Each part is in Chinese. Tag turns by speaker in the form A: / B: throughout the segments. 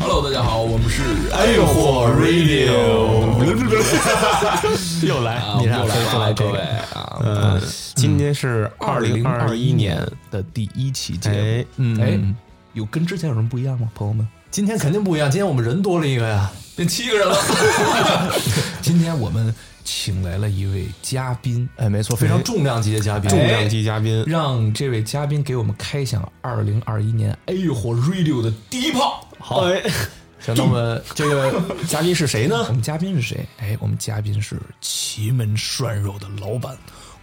A: Hello，大家好，我们是
B: 哎
A: 爱火 Radio，
C: 又来，
A: 啊，
C: 你俩
A: 又
C: 非
A: 来
C: 说来
A: 了
C: 这
A: 各位
C: 个。
A: 啊，
C: 呃，今天是二零二一年，
B: 的第一期节目。
C: 哎，嗯，
B: 哎，有跟之前有什么不一样吗，朋友们？
D: 今天肯定不一样，今天我们人多了一个呀。
A: 变七个 人了，
B: 今天我们请来了一位嘉宾，
D: 哎，没错，非常重量级的嘉宾。
C: 重量级嘉宾，
B: 哎让这位嘉宾给我们开响二零二一年
A: 哎呦火 Radio 的第一炮，
D: 好，哎，行，那我们这个嘉宾是谁呢？
B: 我们嘉宾是谁？哎，我们嘉宾是奇门涮肉的老板。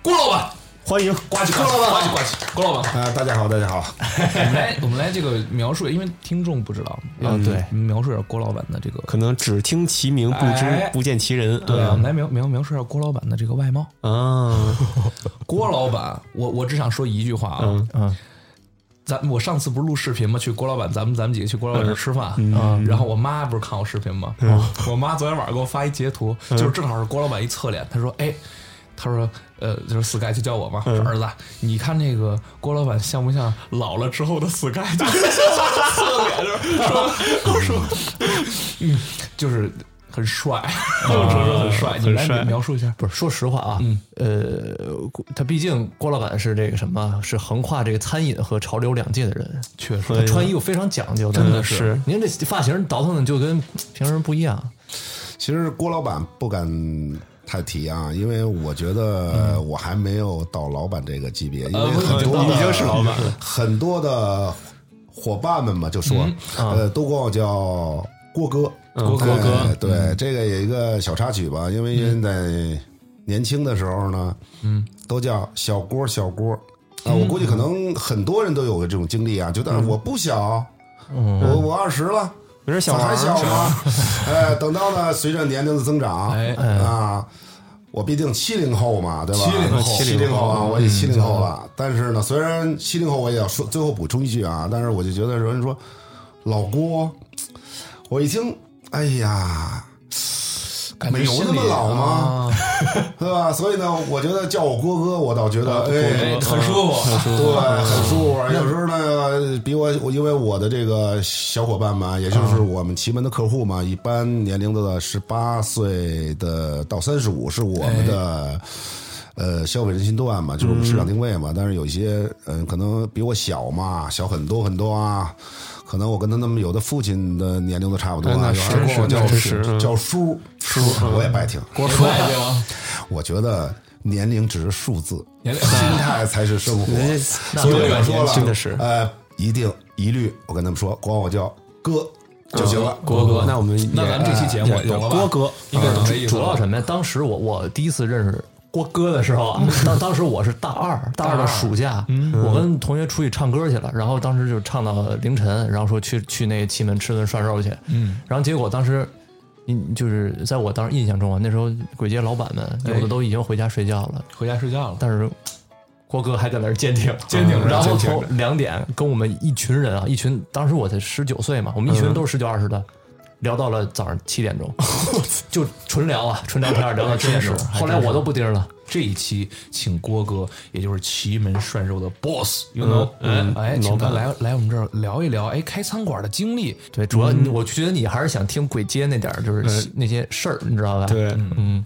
A: 郭老板，
C: 欢迎
A: 呱唧呱唧呱唧呱唧，郭老板，
C: 啊！大家好，大家好，
B: 我们来，我们来这个描述，因为听众不知道，
C: 嗯对
B: 描述一下郭老板的这个。
C: 可能只听其名不知
B: 哎
C: 不见其人，
B: 对，我
C: 啊
B: 们来描描描述一下郭老板的这个外貌。
C: 啊，
B: 郭老板，我我只想说一句话啊，
C: 嗯
B: 咱我上次不是录视频吗？去郭老板，咱们咱们几个去郭老板这儿吃饭，
E: 嗯
B: 然后我妈不是看我视频吗？我妈昨天晚上给我发一截图，
E: 嗯
B: 就是正好是郭老板一侧脸，她说：“哎，她说呃，就是 Sky 就叫我嘛，
E: 嗯
B: 说儿子，你看那个郭老板像不像老了之后的 Sky？” 就是侧脸就是说我说， 嗯，就是很帅，
E: 嗯
B: 我只能说很帅，你
C: 很
B: 来
C: 帅
B: 描述一下。
D: 不是，说实话啊，呃，郭他毕竟郭老板是这个什么，是横跨这个餐饮和潮流两界的人，
B: 确实
D: 他穿衣服非常讲究，真
C: 的是。
D: 您这发型倒腾的就跟平时人不一样，
E: 其实郭老板不敢太提啊，因为我觉得我还没有到老板这个级别，因为很多
C: 嗯呃已经是老板
E: 了，很多的伙伴们嘛就说，呃，都管我叫郭哥，郭
C: 嗯郭哥嗯
E: 对，这个有一个小插曲吧，因为人在年轻的时候呢，嗯，都叫小郭小郭啊，
C: 嗯
E: 我估计可能很多人都有这种经历啊，觉得我不小，
C: 嗯
E: 我我二十了。
C: 有点小
E: 咋
C: 孩儿
E: 还小吗？ 哎，等到呢，随着年龄的增长，
B: 哎
E: 啊，我毕竟七零后嘛，对吧？七
C: 70后
E: 七零后啊，我也七零后了。但是呢，虽然七零后，我也要说最后补充一句啊，但是我就觉得有人说老郭，我一听，哎呀，没有那么老吗？ 对吧？所以呢，我觉得叫我郭哥，我倒觉得哎，
A: 哎，很舒服，
E: 对，
C: 哦
E: 很舒服。有时候呢，比我我因为我的这个小伙伴们，也就是
C: 嗯
E: 我们奇门的客户嘛，一般年龄都在十八岁的到三十五是我们
C: 哎
E: 的。呃，消费人群段嘛，就是我们市
C: 嗯
E: 场定位嘛。但是有一些，嗯、可能比我小嘛，小很多很多啊。可能我跟他那么有的父亲的年龄都差不多啊。
C: 哎那
E: 有
C: 是
E: 时候管
C: 是
E: 我叫
C: 真是
E: 叔
C: 嗯
E: 叫叔叔，我也不爱听。
A: 郭老
B: 哎
A: 板对吗？
E: 我觉得年龄只是数字，
A: 年 龄
E: 心态才是生活。所以我说了，真的是，呃，一定一律，我跟他们说，管我叫哥就行了。
C: 郭哥，那我们也哎
A: 那咱们这期节目懂了吧？
C: 郭哥
A: 应该懂这意思
D: 啊嗯主
A: 了吧
D: 要什么呀？当时我我第一次认识郭哥的时候 啊，当当时我是大二，大二的嗯暑假，我跟同学出去唱歌去了，然后当时就唱到凌晨，然后说去去那个七门吃顿涮肉去，嗯，然后结果当时。嗯，就是在我当时印象中啊，那时候鬼街老板们有的都已经回家睡觉了，
B: 回家睡觉了。
D: 但是郭哥还在那儿坚挺，嗯
A: 坚挺着
D: 然后
A: 坚挺
D: 从两点跟我们一群人啊，一群当时我才十九岁嘛，我们一群人都是十九二十的。聊到了早上七点钟，就纯聊啊，纯聊天儿，聊到七点
B: 还
D: 钟
B: 真。是
D: 后来我都不盯了，
B: 这一期请郭哥，也就是奇门涮肉的 boss，you know，、
C: 嗯
B: 哎，
C: 嗯
B: 请
C: 老
B: 他
C: 板
B: 来来我们这儿聊一聊，哎，开餐馆的经历。
D: 对，主要你我觉得你还是想听鬼街那点儿，就是那些事儿，你知道吧？，
C: 对，
D: 嗯，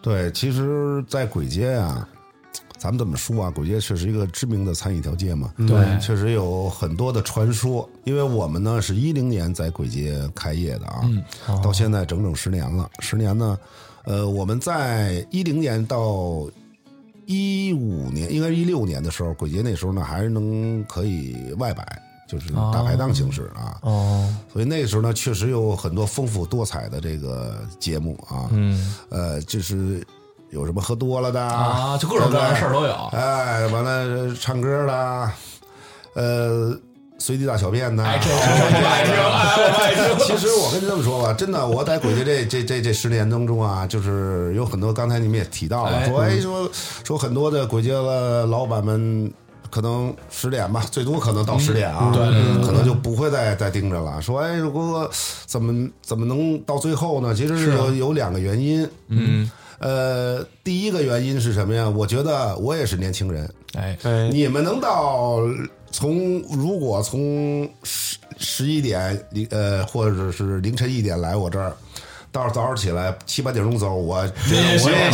E: 对，其实，在簋街啊，咱们这么说啊，簋街确实一个知名的餐饮条街嘛，对，确实有很多的传说。因为我们呢是一零年在簋街开业的啊，到现在整整十年了。十年呢，呃，我们在一零年到一五年，应该是一六年的时候，簋街那时候呢还是能可以外摆，就是大排档形式啊。
D: 哦，
E: 所以那个时候呢，确实有很多丰富多彩的这个节目啊，嗯，呃，就是有什么喝多了的
B: 啊就各种各样的事儿都有
E: 哎，完了唱歌的，呃，随地大小便的，
B: 哎，这我不爱听，哎，我不爱听。
E: 其实我跟你这么说吧，真的，我在鬼街这这这这十年当中啊，就是有很多，刚才你们也提到了，
B: 哎
E: 说哎说说很多的鬼街的老板们。可能十点吧，最多可能到十点啊，可能就不会再再盯着了。说，哎，如果怎么怎么能到最后呢？其实是有有两个原因，嗯，呃，第一个原因是什么呀？我觉得我也是年轻人，
B: 哎，
C: 哎，
E: 你们能到从如果从十十一点零呃，或者是凌晨一点来我这儿。到时候早上起来七八点钟走，我 这
A: 也行
E: 我也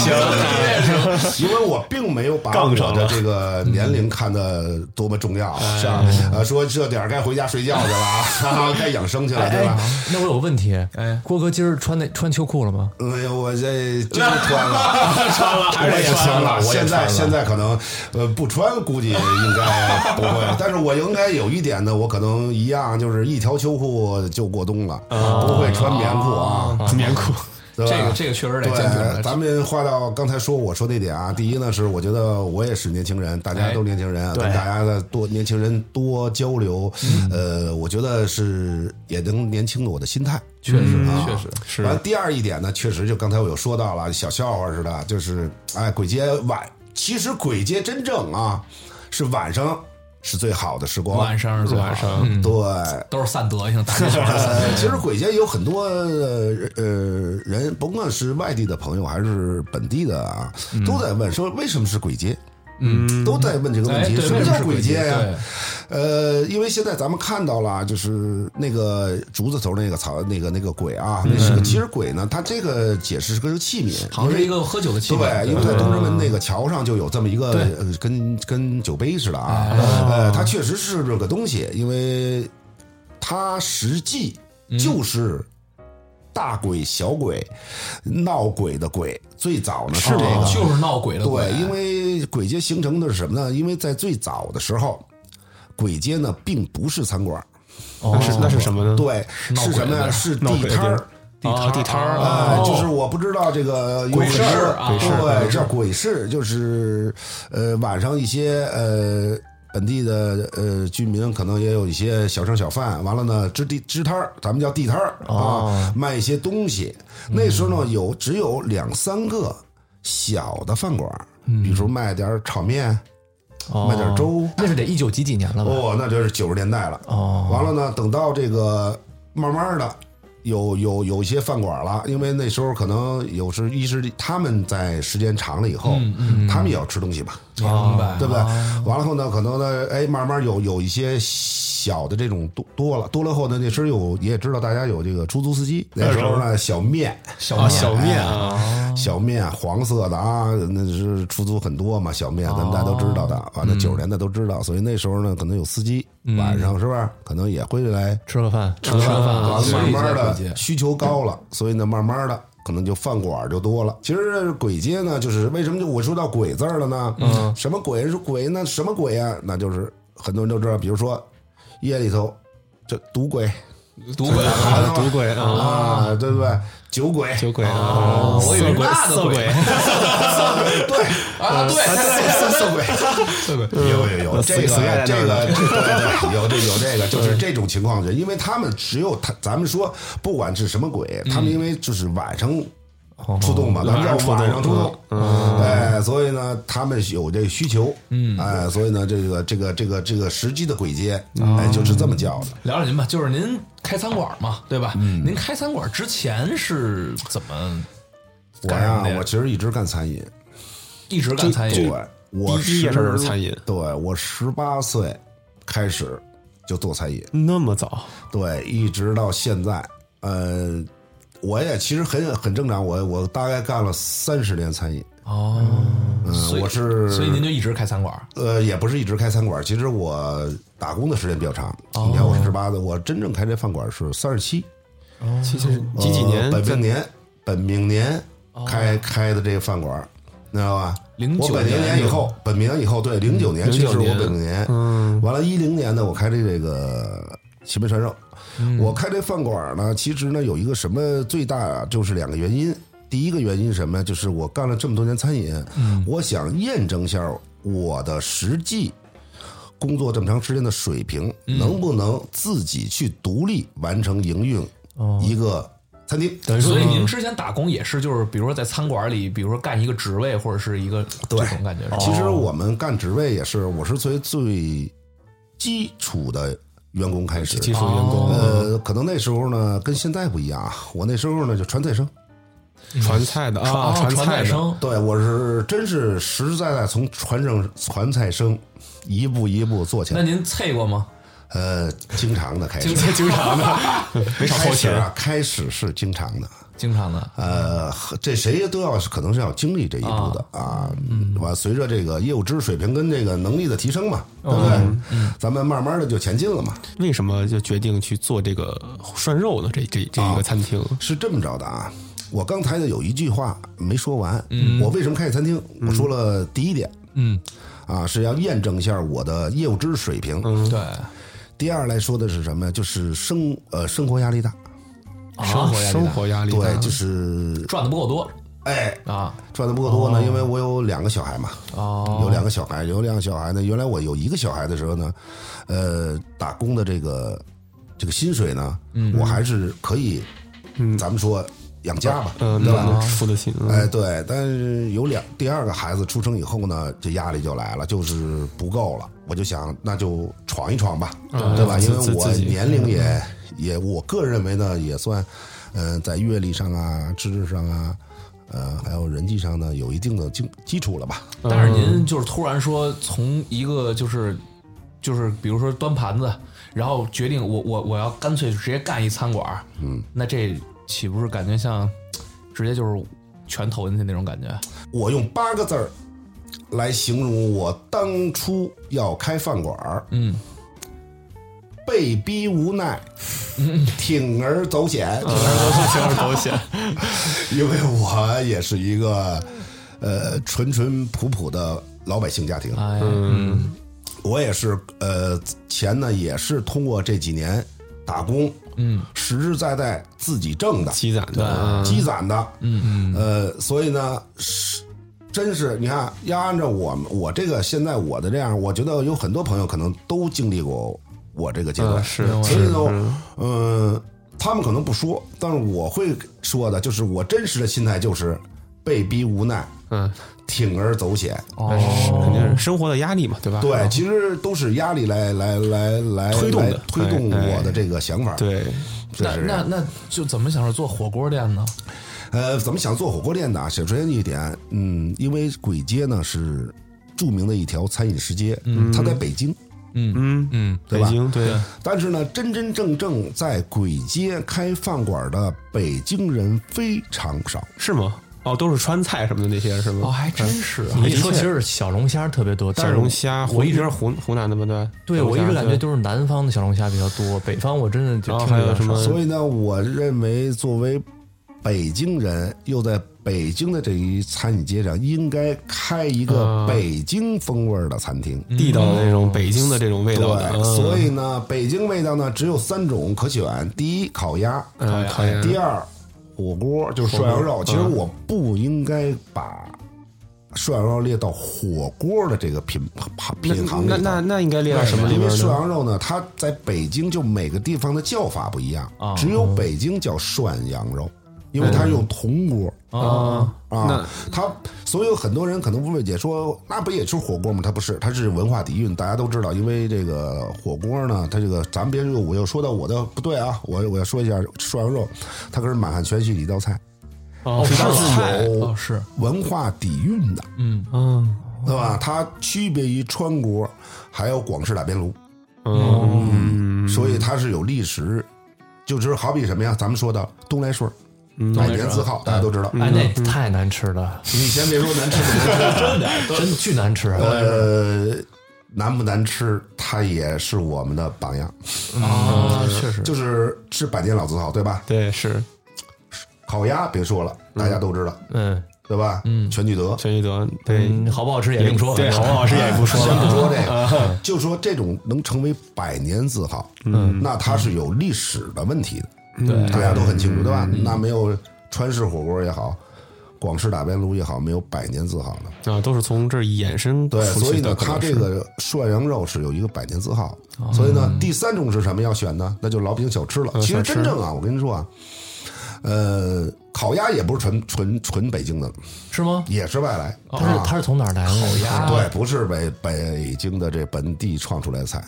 E: 行，
A: 这
E: 因为我并没有把我
C: 杠上了
E: 的这个年龄看得多么重要，是吧？呃，说这点儿该回家睡觉去 了啊，哈哈该养生去了，对吧？
D: 那我有个问题，哎，郭哥今儿穿那穿秋裤了吗？
E: 哎呦，我这真穿了，
A: 穿了，
E: 我
A: 还
E: 也
A: 是
E: 穿
A: 穿
E: 了。
A: 我也
E: 现在
A: 穿了
E: 现在可能呃不穿，估计应该不会。但是我应该有一点呢，我可能一样，就是一条秋裤就过冬了，不会穿棉裤啊，
C: 棉裤，
E: 对吧？
B: 这个这个确实得坚持
E: 对，咱们话到刚才说我说那点啊，第一呢是我觉得我也是年轻人，大家都年轻人啊，跟大家的多年轻人多交流，呃，我觉得是也能年轻的我的心态，确实啊，确实是。完了第二一点呢，确实就刚才我有说到了，小笑话似的，就是哎，鬼街晚，其实鬼街真正啊是晚上是最好的时光，
B: 晚上是晚上，嗯
E: 对。
B: 都是散德行，大哎家全是散德
E: 呃，其实鬼街有很多呃呃人，甭管是外地的朋友还是本地的啊，
B: 嗯
E: 都在问说为什么是鬼街。嗯，都在问这个问
B: 哎
E: 题，
B: 对
E: 什么
B: 为什么
E: 叫
B: 是
E: 鬼
B: 鬼街
E: 街呀、
B: 对
E: 呃，因为现在咱们看到了啊，就是那个竹字头那个草那个那个鬼啊，
B: 嗯
E: 那是个其实鬼呢，它这个解释是个器皿，
B: 好像
E: 因
B: 是
E: 为
B: 一个喝酒的气氛，
E: 对，因为在东直门那个桥上就有这么一个呃跟跟酒杯似的啊，
B: 哎
E: 呃，它确实是这个东西，因为它实际就是大鬼小鬼闹鬼的鬼，最早呢是这个，
B: 就是闹鬼的鬼，
E: 啊对，因为鬼街形成的是什么呢？因为在最早的时候，鬼街呢并不是餐馆儿，
C: 那是那是什么呢？
E: 对，
B: 嗯闹
E: 是
B: 鬼
E: 什么
B: 的
E: 呀？
B: 地儿
E: 是
C: 闹
E: 地
C: 鬼的
E: 摊
C: 地
E: 儿
C: 儿。啊，地摊儿啊，
E: 哎，就是我不知道这个有
B: 鬼
E: 很
B: 市
E: 多
B: 儿啊鬼市儿
E: 对，叫鬼市，就是呃晚上一些呃本地的呃居民可能也有一些小商小贩，完了呢支地支摊儿，咱们叫地摊儿
B: 哦
E: 啊，卖一些东西。那时候呢有只有两三个小的饭馆儿，
B: 嗯
E: 比如卖点儿炒面，卖点儿粥，
D: 哦那是得一九几几年了吧？
E: 哦，那就是九十年代了。哦，完了呢，等到这个慢慢的。有有有一些饭馆了，因为那时候可能有时一是他们在时间长了以后，他们也要吃东西吧，
B: 啊明白
E: 对不对？完了后呢，可能呢，哎，慢慢有有一些小的这种多多了，多了后呢，那时候有也知道大家有这个出租司机，那时候呢小面，
B: 小面
C: 小面啊，
E: 小面黄色的啊，那是出租很多嘛，小面咱们大家都知道的，完了九十年代都知道，所以那时候呢，可能有司机晚上是吧，可能也会来
D: 吃个饭，
E: 嗯吃饭啊，
B: 所
E: 慢
B: 以
E: 慢
B: 在鬼
E: 的
B: 街
E: 需求高了，所以呢，慢慢的。可能就饭馆就多了。其实鬼街呢，就是为什么就我说到“鬼”字儿了呢？嗯，什么鬼是鬼？那什么鬼呀、那就是很多人都知道，比如说夜里头这赌鬼
B: 赌鬼。
E: 啊
C: 赌鬼啊，
E: 啊，对不对？酒鬼，
C: 酒鬼啊，
B: 我以为是那
C: 色
B: 的
C: 鬼，
E: 对，
B: 啊， 对，
E: 色色鬼，色鬼，有有有，这个
C: 死盖在那
E: 这
C: 儿
E: 个嗯
C: 呢
E: 对 对对有这有这个，就是这种情况下，因为他们只有他，咱们说不管是什么鬼，他们因为就是晚上。出动嘛，咱们叫嗯哦晚上出动，哎，所以呢，他们有这需求，嗯，哎，所以呢，这个这个这个这个实际的鬼街，哎，就是这么叫的。
B: 聊聊您吧，就是您开餐馆嘛，对吧？您开餐馆之前是怎么
E: 我
B: 干什
E: 呀
B: 么的，呀
E: 我其实一直干餐饮，
B: 一直干餐饮
E: 对？，我
C: 第一件事就是
E: 十
C: 餐饮
E: 对我十八岁开始就做餐饮，
C: 那么早，
E: 对，一直到现在，呃，我也其实很很正常，我我大概干了三十年餐饮，
B: 哦，
E: 嗯，我是
B: 所以您就一直开餐馆？
E: 呃也不是一直开餐馆，其实我打工的时间比较长。
B: 哦
E: 你看我十八的，我真正开这饭馆是三十七，
C: 其实几几年
E: 呃本
C: 在
E: 命年，本命年
B: 哦
E: 开开的这个饭馆，你知道吧？
B: 09
E: 我本命年以后，本命年以后，对，嗯零九年其实我本命年，嗯，完了，一零年呢，我开的这个西门涮肉，我开这饭馆呢，其实呢有一个什么最大啊就是两个原因，第一个原因是什么呀？就是我干了这么多年餐饮，我想验证一下我的实际。工作这么长时间的水平，能不能自己去独立完成营运一个餐厅？
D: 等于说
B: 所以
C: 嗯
B: 您之前打工也是，就是比如说在餐馆里，比如说干一个职位或者是一个这
E: 对
B: 种感觉是吧，
E: 其实我们干职位也是，我是最最基础的员工开始。
C: 技术员工
E: 呃，可能那时候呢，跟现在不一样啊。我那时候呢，就传菜生，
C: 传菜的啊，
B: 哦传
C: 菜的，
B: 生
E: 对我是真是实实在在从传生传菜生一步一步做起
B: 那
E: 来。
B: 您菜过吗？
E: 呃，经常的开始
B: 经，经常的，
E: 没少掏钱啊。开始是经常的，
B: 经常的，
E: 呃，这谁都要可能是要经历这一步的啊，完、随着这个业务知识水平跟这个能力的提升嘛，对不对？咱们慢慢的就前进了嘛。
C: 为什么就决定去做这个呃涮肉呢？这这这一个餐厅，
E: 是这么着的啊，我刚才的有一句话没说完，嗯，我为什么开始餐厅？我说了第一点，
B: 嗯，
E: 啊，是要验证一下我的业务知识水平。
B: 对，
E: 第二来说的是什么呀？就是生呃生活压力大，
B: 啊
C: 生活生活压力大，
E: 对，就是
B: 赚的不够多
E: 哎
B: 啊，
E: 赚的不够多呢，因为我有两个小孩嘛，哦，有两个小孩，有两个小孩呢。原来我有一个小孩的时候呢，呃，打工的这个这个薪水呢，我还是可以，咱们说养家吧，
C: 嗯，
E: 对吧？
C: 能付得起，嗯
E: 哎，对，但是有两第二个孩子出生以后呢，这压力就来了，就是不够了。我就想，那就闯一闯吧，对吧？
C: 嗯自
E: 因为
C: 自
E: 我
C: 自己嗯
E: 年龄也也，我个人认为呢，也算，嗯、在阅历上啊、知识上啊，呃，还有人际上呢，有一定的基基础了吧？
B: 但是您就是突然说从一个就是就是比如说端盘子，然后决定我我我要干脆直接干一餐馆儿，
E: 嗯，
B: 那这岂不是感觉像直接就是全投进去那种感觉？
E: 我用八个字儿来形容我当初要开饭馆儿，
B: 嗯，
E: 被逼 无奈，铤而走险。
C: 嗯
D: 铤而走险，
E: 因为我也是一个呃淳淳朴朴的老百姓家庭，
B: 哎，
E: 我也是呃钱呢也是通过这几年打工，嗯，实实在在自己挣的，
C: 积攒的，
E: 积攒的，嗯嗯，呃，所以呢是。真是，你看，要按照我们我这个现在我的这样，我觉得有很多朋友可能都经历过我这个阶段，
C: 嗯是
E: 所以呢，嗯，他们可能不说，但是我会说的，就是我真实的心态就是被逼无奈，
C: 嗯，哦
E: 铤而走险。
C: 但是肯定是生活的压力嘛，对吧？嗯
E: 对，其实都是压力来来来来
C: 推动的
E: 来推动
C: 哎哎
E: 我的这个想法。，
C: 对，
E: 这
B: 那
E: 是
B: 那那就怎么想着做火锅店呢？
E: 呃，怎么想做火锅店的啊？首先一点，嗯，因为簋街呢是著名的一条餐饮市街，嗯，它在北京，
C: 嗯嗯，
E: 对
C: 北
E: 吧
C: 京对，
E: 但是呢，真真正正在簋街开饭馆的北京人非常少。
C: 是吗？哦，都是川菜什么的那些是
B: 哦，
C: 吗？
B: 还真是 啊，
D: 你说其实小龙虾特别多，但
C: 小
D: 是
C: 龙虾，
D: 我
C: 湖
D: 一
C: 一
D: 直
C: 直是湖湖南的吧？对，
D: 对
C: 小龙
D: 我一直
C: 虾
D: 感觉就是南方的小龙虾比较多，北方我真的就
C: 然后
D: 听
C: 还
D: 着
C: 有什么
E: 所以呢，我认为作为北京人，又在北京的这一餐饮街上，应该开一个
C: 啊
E: 北京风味儿的餐厅。
C: 地道的那种北京的这种味道的，
E: 对，
C: 嗯
E: 所以呢，北京味道呢只有三种可选：第一，烤鸭；
C: 嗯，考研
E: 第二，火锅，就是涮羊
C: 嗯
E: 肉。其实我不应该把涮羊肉列到火锅的这个品品行里
C: 那
E: 头。
C: 那那应该列到什么里
E: 因为
C: 边
E: 涮
C: 呢？
E: 羊肉呢，它在北京就每个地方的叫法不一样，
C: 啊
E: 只有北京叫涮羊肉，因为它
C: 嗯
E: 用铜锅。
C: 啊，
E: 啊，它所以有很多人可能不理解说，那不也吃火锅吗？它不是，它是文化底蕴，大家都知道。因为这个火锅呢，它这个咱们别说，我又说到我的不对啊，我我要说一下涮羊肉，它可是满汉全席里一道菜，
C: 哦，是
E: 它是
C: 菜，
E: 有
B: 哦是
E: 文化底蕴的，
C: 嗯
E: 对吧？它区别于川锅，还有广式打边炉。
C: 嗯，
E: 所以它是有历史，就是好比什么呀？咱们说的东来顺儿，百年字号，大家都知道。
D: 哎，那太难吃了，
E: 你先别说难吃不难吃，
D: 真的巨难吃。
E: 呃，难不难吃，它也是我们的榜样，
B: 啊，确实，
E: 就是吃百年老字号，对吧？
C: 对，是
E: 烤鸭别说了，大家都知道，
D: 嗯
E: 对吧？嗯，全聚德。
C: 全聚德，对，
D: 嗯，好不好吃也另说，
C: 对，好不
D: 反正
C: 好吃也不说
E: 先 不
C: 了，
E: 说这个，就说这种能成为百年字号，嗯，那它是有历史的问题的，对，大家都很清楚，对吧？那没有川式火锅也好，广式打边炉也好，没有百年字号的，
C: 啊，都是从这儿衍生
E: 对，
C: 出
E: 所以
C: 去
E: 呢，
C: 的，
E: 它
C: 可能
E: 这
C: 是哦
E: 个涮羊肉是有一个百年字号，所以呢，第三种是什么要选呢？那就老北京小吃了。
C: 呃
E: 其实真正啊，我跟你说啊，呃，烤鸭也不是纯纯纯北京的，
D: 是吗？
E: 也是外来，
C: 哦
D: 它是
E: 啊
D: 它是从哪儿来的？烤鸭
E: 对，不是北北京的这本地创出来的菜。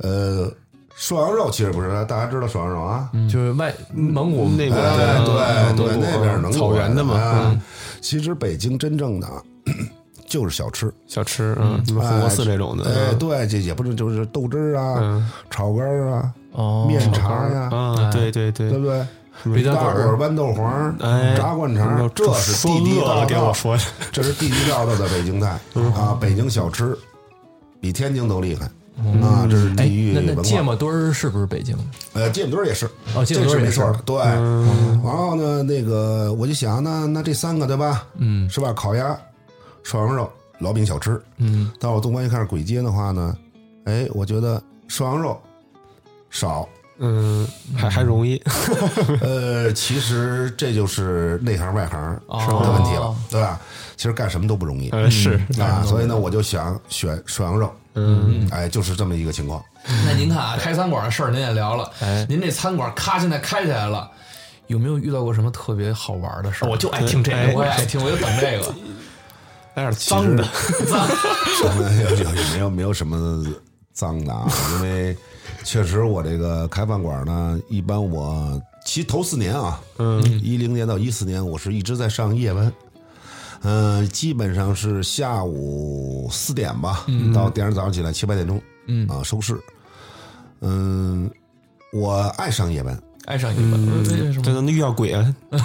E: 呃，涮羊肉其实不是，大家知道涮羊肉啊，
C: 嗯
D: 就是外蒙古
C: 那边啊
E: 哎，
C: 的
E: 对对，那边能
C: 嗯
E: 啊
C: 草原的嘛，嗯
E: 哎其实北京真正的咳咳 就是小吃，
C: 小吃，嗯，什么
E: 哎
C: 火锅四这种
E: 哎，
C: 的，
E: 对，这也不是就是豆汁儿啊、
C: 嗯
E: 炒肝儿啊、
D: 哦，
E: 面茶呀、哎
C: 啊，对对对
E: 对，不对？
D: 驴打
E: 大
D: 滚
E: 滚儿、
D: 儿，
E: 豌豆黄儿、
C: 哎
E: 炸灌肠儿，这是地地道道，
C: 给我 说的，
E: 这是地地道道的北京菜
C: 嗯
E: 啊，北京小吃比天津都厉害啊，这是
D: 哎
E: 地，域
D: 那
E: 文
D: 那芥
E: 化。
D: 末墩儿是不是北京的？
E: 呃，芥末墩儿也是，
D: 哦芥末
E: 这
D: 墩
E: 是
D: 儿
E: 没
D: 也是嗯
E: 错的。对，
C: 嗯
E: 然后呢，那个我就想，那那这三个对吧？嗯，是吧？烤鸭、涮羊肉、老饼小吃。
D: 嗯，
E: 但我纵观一看鬼街的话呢，哎，我觉得涮羊肉少，
C: 嗯，还还容易，
E: 呃，其实这就是内行外行的问题了，对吧？其实哦干什么都不容易
C: 呃，是，
E: 啊，所以呢，我就想选涮羊肉，嗯，哎，就是这么一个情况。
B: 那您看啊，开餐馆的事儿您也聊了，您这餐馆咔现在开起来了，有没有遇到过什么特别好玩的哦事儿？我就爱听这
C: 哎
B: 我也爱听，我就等这个。
C: 来点脏的，
E: 嗯什么有有有 没有没有什么脏的啊？因为确实我这个开饭馆呢，一般我其实头四年啊，嗯，一零年到一四年，我是一直在上夜班。嗯、基本上是下午四点吧，
C: 嗯
E: 到第二天早上起来七八点钟，嗯啊收市。嗯，我爱上夜班，
B: 爱上你们，为嗯什么？
C: 真的遇到鬼啊，
E: 哎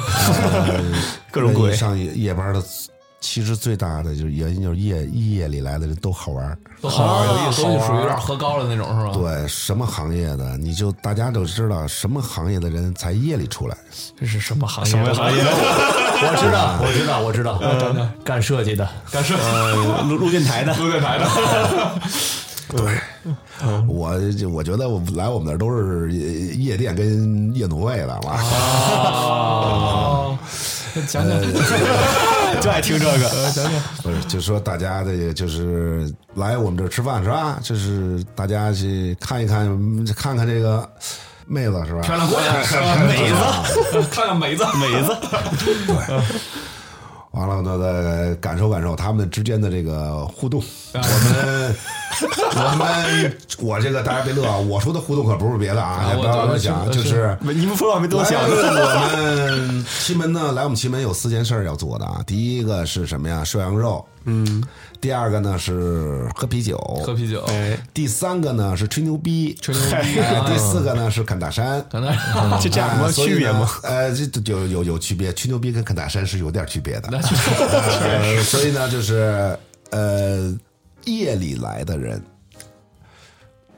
C: 各种
E: 愿
C: 鬼
E: 意，上夜夜班的，其实最大的就是原因就是夜夜里来的人都好玩儿，
B: 都好玩，有意思，都属于有点喝高了那种，是吧？
E: 对，什么行业的，你就大家都知道，什么行业的人才夜里出来。
B: 这是什么行业？
C: 什么行业？
D: 我知道，我知道，我知道，干设计的，
B: 干涉
C: 呃，录录电台的，
B: 录电台的，
E: 我我觉得我来我们那儿都是夜夜店跟夜总会的嘛。
B: 哦，讲讲，
C: 就爱听这个，
E: 不是，就说大家的，就是来我们这儿吃饭是吧？就是大家去看一看，看看这个妹子是吧？
B: 漂亮姑娘是吧？ 美子，看看美子，美子，
E: 完了呢，再感受感受他们之间的这个互动。
B: 啊
E: 我们，我们，我这个大家别乐啊！我说的互动可不是别的啊，不要
B: 我
E: 乱想，就是
C: 你们 说话没多想
E: 来，我们祁门呢，来我们祁门有四件事儿要做的啊。第一个是什么呀？涮羊肉。嗯。第二个呢是喝啤酒。
B: 喝啤酒，
C: 哎，
E: 第三个呢是吹牛逼。吹
B: 牛逼啊
E: 第四个呢是侃大山。啊
B: 可能
C: 这这样有什么区别吗？
E: 哎？所以呢呃，这有有有区别，吹牛逼跟侃大山是有点区别的。 呃所以呢，就是呃，夜里来的人，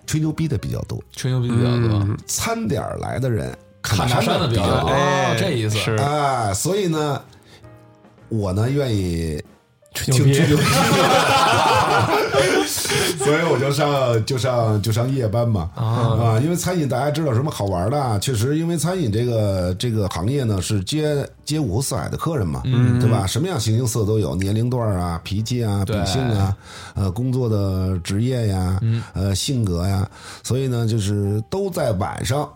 E: 吹牛逼的比较多，
B: 吹牛逼比较多，
E: 餐点儿来的人，
B: 看大山的比较多，
E: 多。
B: 哦，这意思
C: 哎是
E: 啊，所以呢，我呢愿意
D: 吹牛逼
E: 听听所以我就上就上就上夜班嘛啊，因为餐饮大家知道什么好玩的啊，确实，因为餐饮这个这个行业呢是接接五湖四海的客人嘛，
D: 嗯
E: 对吧？什么样形形色色都有，年龄段啊、脾气啊、秉性啊、呃工作的职业呀、
D: 嗯
E: 呃性格呀，所以呢，就是都在晚上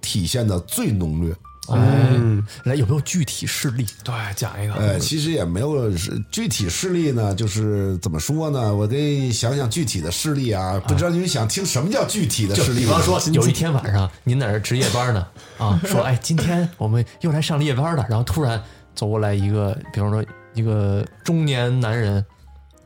E: 体现的最浓烈。
D: 嗯，来有没有具体事例？哎
B: 对，讲一个，
E: 呃，其实也没有是具体事例呢，就是怎么说呢？我给你想想具体的事例啊，不知道你们想听什么叫具体的事例
D: 比
E: 呢？
D: 方说，有一天晚上您在这值夜班呢，啊，说哎，今天我们又来上夜班了，然后突然走过来一个，比方说一个中年男人，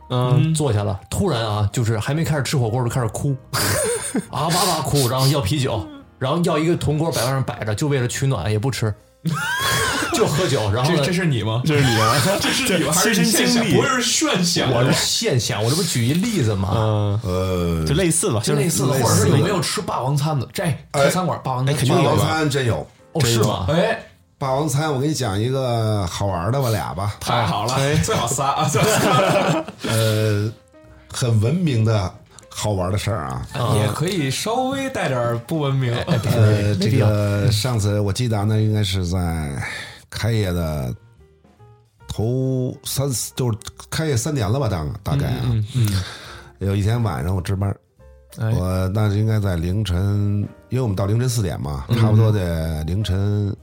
D: 嗯，坐下了，突然啊，就是还没开始吃火锅就开始哭， 啊哇哇哭，然后要啤酒，然后要一个铜锅摆在那儿摆着，就为了取暖也不吃， 就喝酒，然后呢
B: 这这是你吗？
C: 这是你啊，
B: 这是你吗？还
C: 亲
B: 是
C: 身
B: 现
C: 经
B: 象？
C: 历
B: 不是炫想，
D: 我是现想，我这不举一例子吗？
C: 嗯，
E: 呃，
C: 就类似吧，
B: 就
C: 就
B: 类似的，或哎者是有没有吃霸王餐的？这
D: 哎
B: 啊开餐馆霸王餐肯
E: 霸王餐真有，
D: 哦，是吗？
B: 哎，
E: 霸王餐我给你讲一个好玩的吧，俩吧，
B: 太好了，最好仨啊，最好仨
E: 呃，很文明的好玩的事儿啊。
B: 也可以稍微带点不文明，
E: 呃，这个上次我记得啊那应该是在开业的头三，就是开业三年了吧，大大概啊。有一天晚上我值班，
B: 嗯哎
E: 我那是应该在凌晨，因为我们到凌晨四点嘛，差不多得凌晨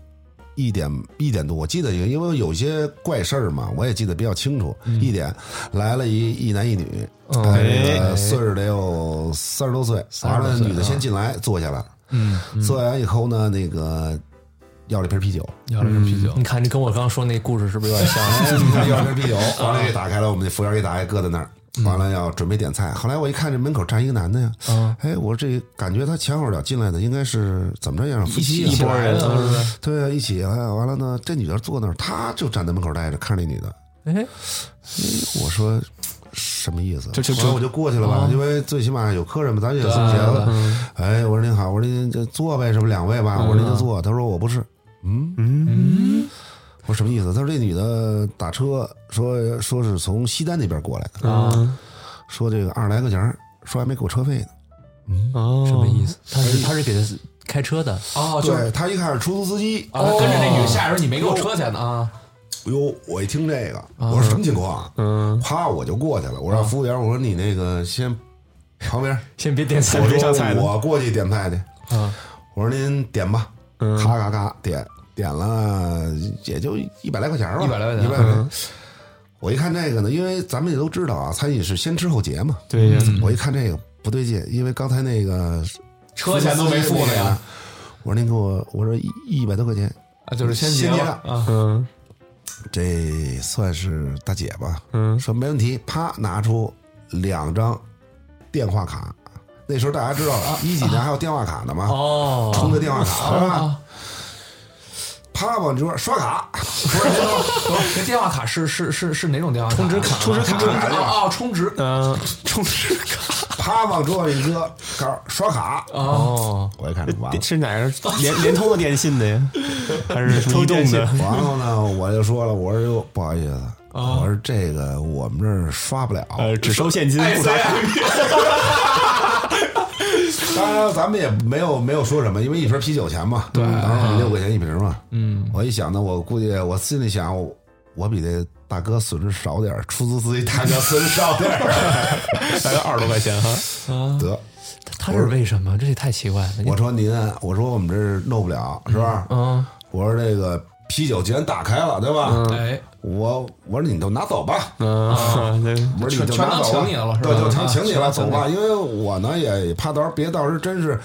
E: 一点一点多。我记得有，因为有些怪事儿嘛，我也记得比较清楚。一点来了一一男一女，嗯哎这个岁数得有三十啊嗯多岁，完了女的先进来坐下了。嗯，坐完以后呢，那个要了瓶啤酒，
B: 要了瓶啤酒，
D: 你看，这跟我刚刚说那故事是不是有点
E: 哎
D: 像？
E: 要了瓶啤酒，啊完了给打开了，我们这服务员给打开，搁在那儿。完了要准备点菜，后来我一看这门口站一个男的呀，哎，我这感觉他前后脚进来的应该是怎么着样夫妻一拨人，对，一起哎完了呢，这女的坐那儿，他就站在门口待着，看着那女的，
D: 哎，
E: 哎我说什么意思？
C: 就就
E: 后来我就过去了
B: 哦
E: 吧，因为最起码有客人嘛，咱也松懈了。哎，我说您好，我说您就坐呗，什么两位吧，
B: 嗯
E: 我说您就坐。他说我不是，嗯嗯，我说什么意思？他说这女的打车说说是从西单那边过来的，
B: 嗯
C: 啊
E: 说这个二十来块钱儿，说还没给我车费呢。
C: 哦，
D: 什么意思？他是他是给他开车的，
B: 哦，就是
E: 对他一看是出租司机，哦
B: 啊，跟着那女的下人，你没给我车钱呢啊，
E: 哟，我一听这个，我说什么情况？嗯，啪我就过去了，
B: 啊
E: 我让服务员，我说你那个先旁边。
D: 先别点菜
E: 我
C: 上菜
E: 说
C: 的
E: 我过去点菜去。
D: 嗯
E: 我说您点吧，
B: 嗯
E: 咔咔咔点点了也就一百来块钱吧，
B: 100来块钱嗯
E: 一百来块钱。我一看这个呢，因为咱们也都知道啊，餐饮是先吃后结嘛。
C: 对呀，
B: 嗯
E: 我一看这个不对劲，因为刚才那个
B: 车钱都没付呢
E: 那个
B: 呀，。
E: 我说您给我，我说一一百多块钱，
B: 啊，就是先
E: 先结
B: 结
E: 账
B: 了啊，
C: 嗯
E: 这算是大姐吧？
C: 嗯
E: 说没问题，啪拿出两张电话卡。那时候大家知道，啊一几年还有电话卡呢嘛？
D: 哦，
E: 充的电话卡是吧？啪往桌上刷卡，
B: 不是，不是，那电话卡是是是是哪种电话卡？充值卡，充值卡，哦哦，充值
C: 嗯，
E: 啪往桌上一搁，告诉刷卡。
D: 哦，
E: 我一看完了，
C: 啊是 哪个联联通的电信的 呀？还是什么移动 的？
E: 完后呢，我就说了，我说哟，不好意思，我说这个我们这儿刷不了。
C: 呃，只收现金，不打卡。
E: 当然咱们也没有没有说什么，因为一瓶啤酒钱嘛，对，当时六块钱一瓶嘛。嗯，我一想呢，我估计我心里想，我我比这大哥损失少点儿，出租司机大哥损失少点 儿，
C: 大概二十多块钱哈。
E: 得。
D: 他是为什么？这也太奇怪了。你
E: 我说您，我说我们这儿弄不了，是吧？嗯，我说这个啤酒既然打开了，对吧？
B: 哎，
E: 我我说你就拿走吧，
C: 嗯，对
E: 我说
B: 全
E: 你就拿走
B: 全
E: 吧，
B: 当请你了是吧
E: 对，就成
B: 啊
E: 请你了，
B: 全当请
E: 走
B: 你
E: 吧。因为我呢也怕到时候别到时候真是，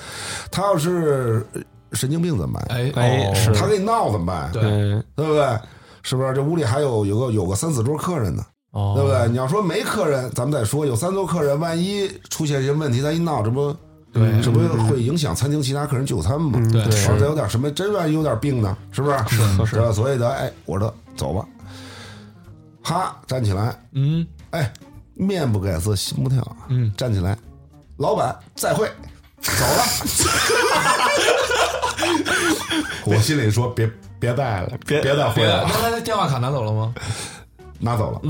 E: 他要是神经病怎么办？
B: 哎
C: 哎是
E: 他给你闹怎么办？对
C: 嗯
E: 对不对？是不是？这屋里还有有个有个三四桌客人呢，
D: 哦
E: 对不对？你要说没客人，咱们再说；有三桌客人，万一出现一些问题，他一闹，这不
B: 对
E: 这不会影响餐厅其他客人就餐吗？
B: 对
E: 或者他有点什么，真万一有点病呢，是不是？是是吧。所以呢，哎，我说走吧，哈，站起来，
B: 嗯，
E: 哎，面不改色心不跳，嗯，站起来，老板再会，走了。我心里说别别带了，别别带回
B: 别
E: 来
B: 的，
E: 了，
B: 那那电话卡拿走了吗？
E: 拿走了。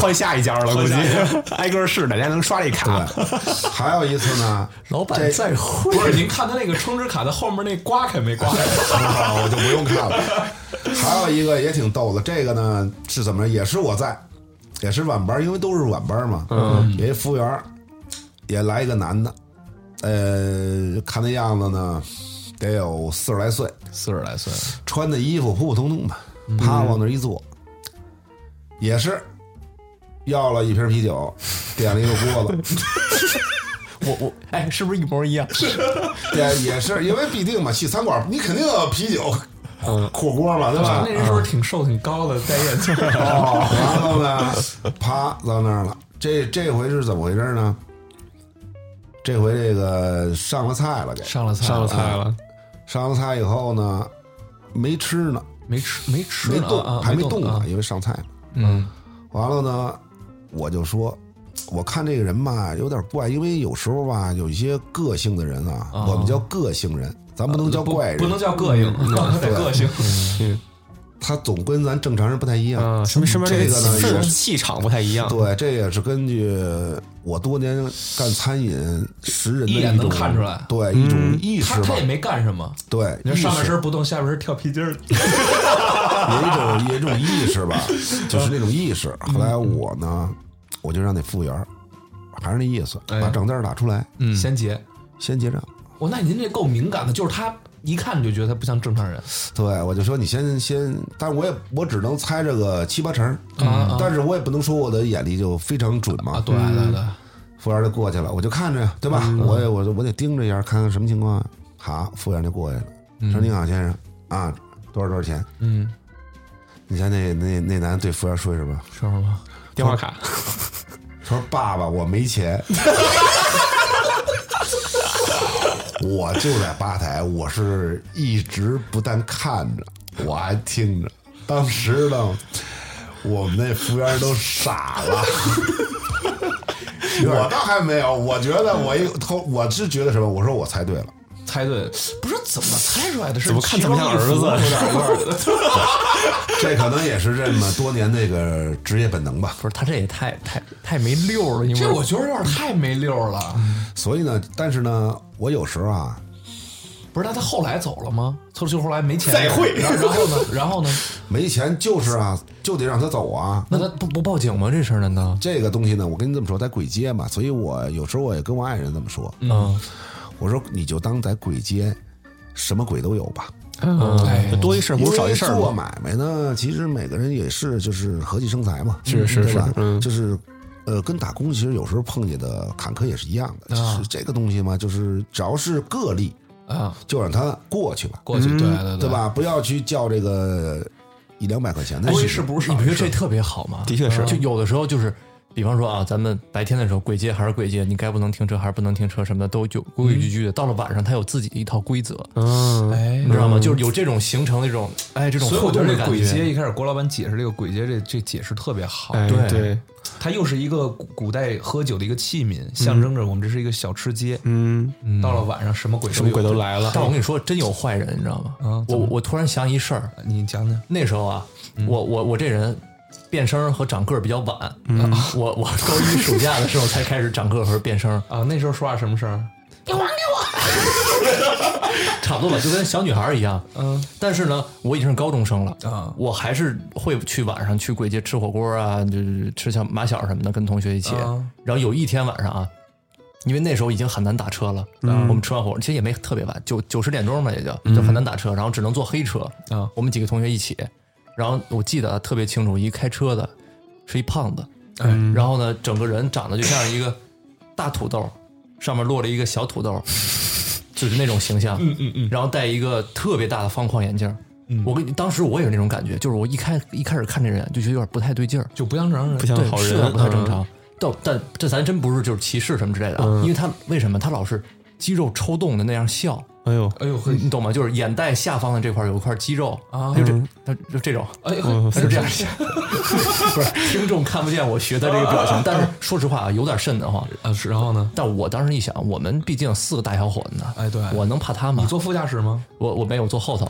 C: 换下一家了，估计 挨个试哪家能刷这卡。啊
E: 对，还有一次呢，
D: 老板
E: 这
D: 再会，
B: 不是，您看他那个充值卡的后面那刮开没刮开？
E: 啊，我就不用看了。还有一个也挺逗的，这个呢是怎么着？也是我在，也是晚班，因为都是晚班嘛。嗯，有一服务员儿也来一个男的，呃，看那样子呢，得有四十来岁，
B: 四十来岁，
E: 穿的衣服普普通通的，啪往那儿一坐，也是要了一瓶啤酒，点了一个锅子，
D: 我我哎，是不是一模一样？
E: 点也是因为必定嘛，去餐馆你肯定要啤酒。火锅嘛，对吧？
B: 那人是不是挺瘦挺高的，戴眼 镜？
E: 哦，然后呢，啪到那儿了。这这回是怎么回事呢？这回这个上了菜了，给
B: 上了菜，
C: 上了菜了，
E: 上了菜以后呢，没吃呢，
B: 没吃没吃
E: 没
B: 呢
E: 动，
B: 啊，
E: 还
B: 没
E: 动呢，
B: 啊
E: 因为上菜嘛。
B: 嗯，
E: 完了呢，我就说，我看这个人吧，有点怪，因为有时候吧，有一些个性的人啊，我们叫个性人，咱不能叫怪人，
B: 啊不能叫膈应，得个 性。
E: 他总跟咱正常人不太一样。
C: 嗯，什么什么
E: 这个呢
C: 气
E: 也
C: 气场不太一样。
E: 对，这也是根据我多年干餐饮识人的
B: 一眼
E: 一
B: 能
E: 种
B: 看出来
E: 对一种意识
B: 他
E: 吧
B: 他，也没干什么，
E: 对，
B: 你说上半
E: 意识
B: 身不动，下半身跳皮筋儿，
E: 有一种有一种意识 吧，就是那种意识。
B: 嗯
E: 后来我呢，我就让那服务员儿还是那意思，
B: 哎
E: 把账单儿打出来，
B: 先结。
E: 先结账。
B: 我那您这够敏感的，就是他一看你就觉得他不像正常人。
E: 对，我就说你先先，但我也我只能猜这个七八成儿，但是我也不能说我的眼力就非常准嘛。
B: 啊对对对，
E: 服务员就过去了，我就看着呀，对吧？我也我我得盯着一下，看看什么情况啊。好，服务员就过去了，说：“您好，先生。”啊，多少多少钱？嗯，你像那那那男的对服务员说一声吧，
B: 是吗？
C: 电话卡，
E: 他说：“爸爸，我没钱。” 我就在吧台，我是一直不但看着，我还听着。当时呢，我们那服务员都傻了。 我倒还没有，我觉得我一头，我是觉得什么？我说我猜对了，
B: 猜对，不是怎么猜出来的？是
C: 怎么看怎么像儿子
B: 其中一 幅有点味儿
E: 这可能也是这么多年那个职业本能吧。
D: 不是他这也太太太没溜了，因为
B: 这我觉得有点太没溜儿了。
E: 所以呢，但是呢，我有时候啊，
B: 不是，那他后来走了吗？凑就后来没钱了，然后然后呢？然后 呢？
E: 没钱就是啊，就得让他走啊。
D: 那他不不报警吗？这事儿难道？
E: 这个东西呢，我跟你这么说，在鬼街嘛，所以我有时候我也跟我爱人这么说，
D: 嗯，
E: 我说你就当在鬼街，什么鬼都有吧。
B: 哎，
C: 多一事不如少一事
E: 因为做
C: 嘛。
E: 买卖呢，其实每个人也是就是和气生财嘛，
C: 是是
E: 对吧
C: 是嗯
E: 就是。呃，跟打工其实有时候碰见的坎坷也是一样的，
C: 啊
E: 就是这个东西嘛，就是只要是个例
B: 啊，
E: 就让它过去吧，
B: 过去对嗯对
E: 对？吧？不要去较这个一两百块钱的
B: 多一
E: 事
B: 事
E: 情。
B: 不如少
D: 哎你
B: 一
D: 不
B: 事，
D: 觉得这特别好吗？
C: 的确是
D: 就有的时候就是，比方说啊，咱们白天的时候，鬼街还是鬼街，你该不能停车还是不能停车什么的，都有规规矩矩的。到了晚上，它有自己的一套规则，
C: 嗯，
B: 哎
D: 你知道吗？就是有这种形成的这种，哎，这种
B: 所以我
D: 互
B: 觉
D: 动
B: 得
D: 的
B: 这
D: 感
B: 鬼街
D: 觉。
B: 一开始郭老板解释这个鬼街这这解释特别好，
C: 哎
D: 对
C: 对，
B: 它又是一个古古代喝酒的一个器皿，象征着我们这是一个小吃街。
C: 嗯，
B: 到了晚上什么鬼
C: 什么鬼
B: 有
C: 都，来了。
D: 但我跟你说，真有坏人，你知道吗？
B: 啊
D: 我我突然想一事儿，
B: 你讲讲，
D: 那时候啊，
B: 嗯
D: 我我我这人变声和长个儿比较晚，
B: 嗯
D: 我我高一暑假的时候才开始长个儿和变声，
B: 啊，那时候说话什么声儿？
D: 差不多吧，就跟小女孩儿一样。
B: 嗯，
D: 但是呢，我已经是高中生了
B: 啊
D: 我还是会去晚上去鬼街吃火锅啊，就是吃小马小什么的，跟同学一起。
B: 啊
D: 然后有一天晚上啊，因为那时候已经很难打车了，我们吃完火锅其实也没特别晚，九九十点钟吧，也就就很难打车，然后只能坐黑车
B: 啊
D: 我们几个同学一起，然后我记得啊特别清楚，一开车的是一胖子，然后呢，整个人长得就像一个大土豆，上面落了一个小土 豆，就是那种形象。嗯嗯嗯。然后戴一个特别大的方框眼镜。嗯。我跟你当时我也是那种感觉，就是我一开一开始看这人啊就觉得有点不太对劲儿，
B: 就不像正常人，
C: 不像
D: 对，
C: 好
D: 是有点啊
C: 人，嗯
D: 不太正常。但但这咱真不是就是歧视什么之类的
C: 嗯
D: 啊，因为他为什么他老是肌肉抽动的那样笑，
C: 嗯。哎呦，
B: 哎呦嘿
D: 你，你懂吗？就是眼袋下方的这块有一块肌肉
B: 啊
D: 他就
C: 嗯
D: 这他就这种。
B: 哎呦
D: 他就这样想， 不是听众看不见我学的这个表情，但是说实话啊，有点瘆得慌。
B: 啊，是然后呢？
D: 但我当时一想，我们毕竟四个大小伙子呢，
B: 哎对
D: 我能怕他吗
B: 你？坐副驾驶吗？啊
D: 我我没有坐后头。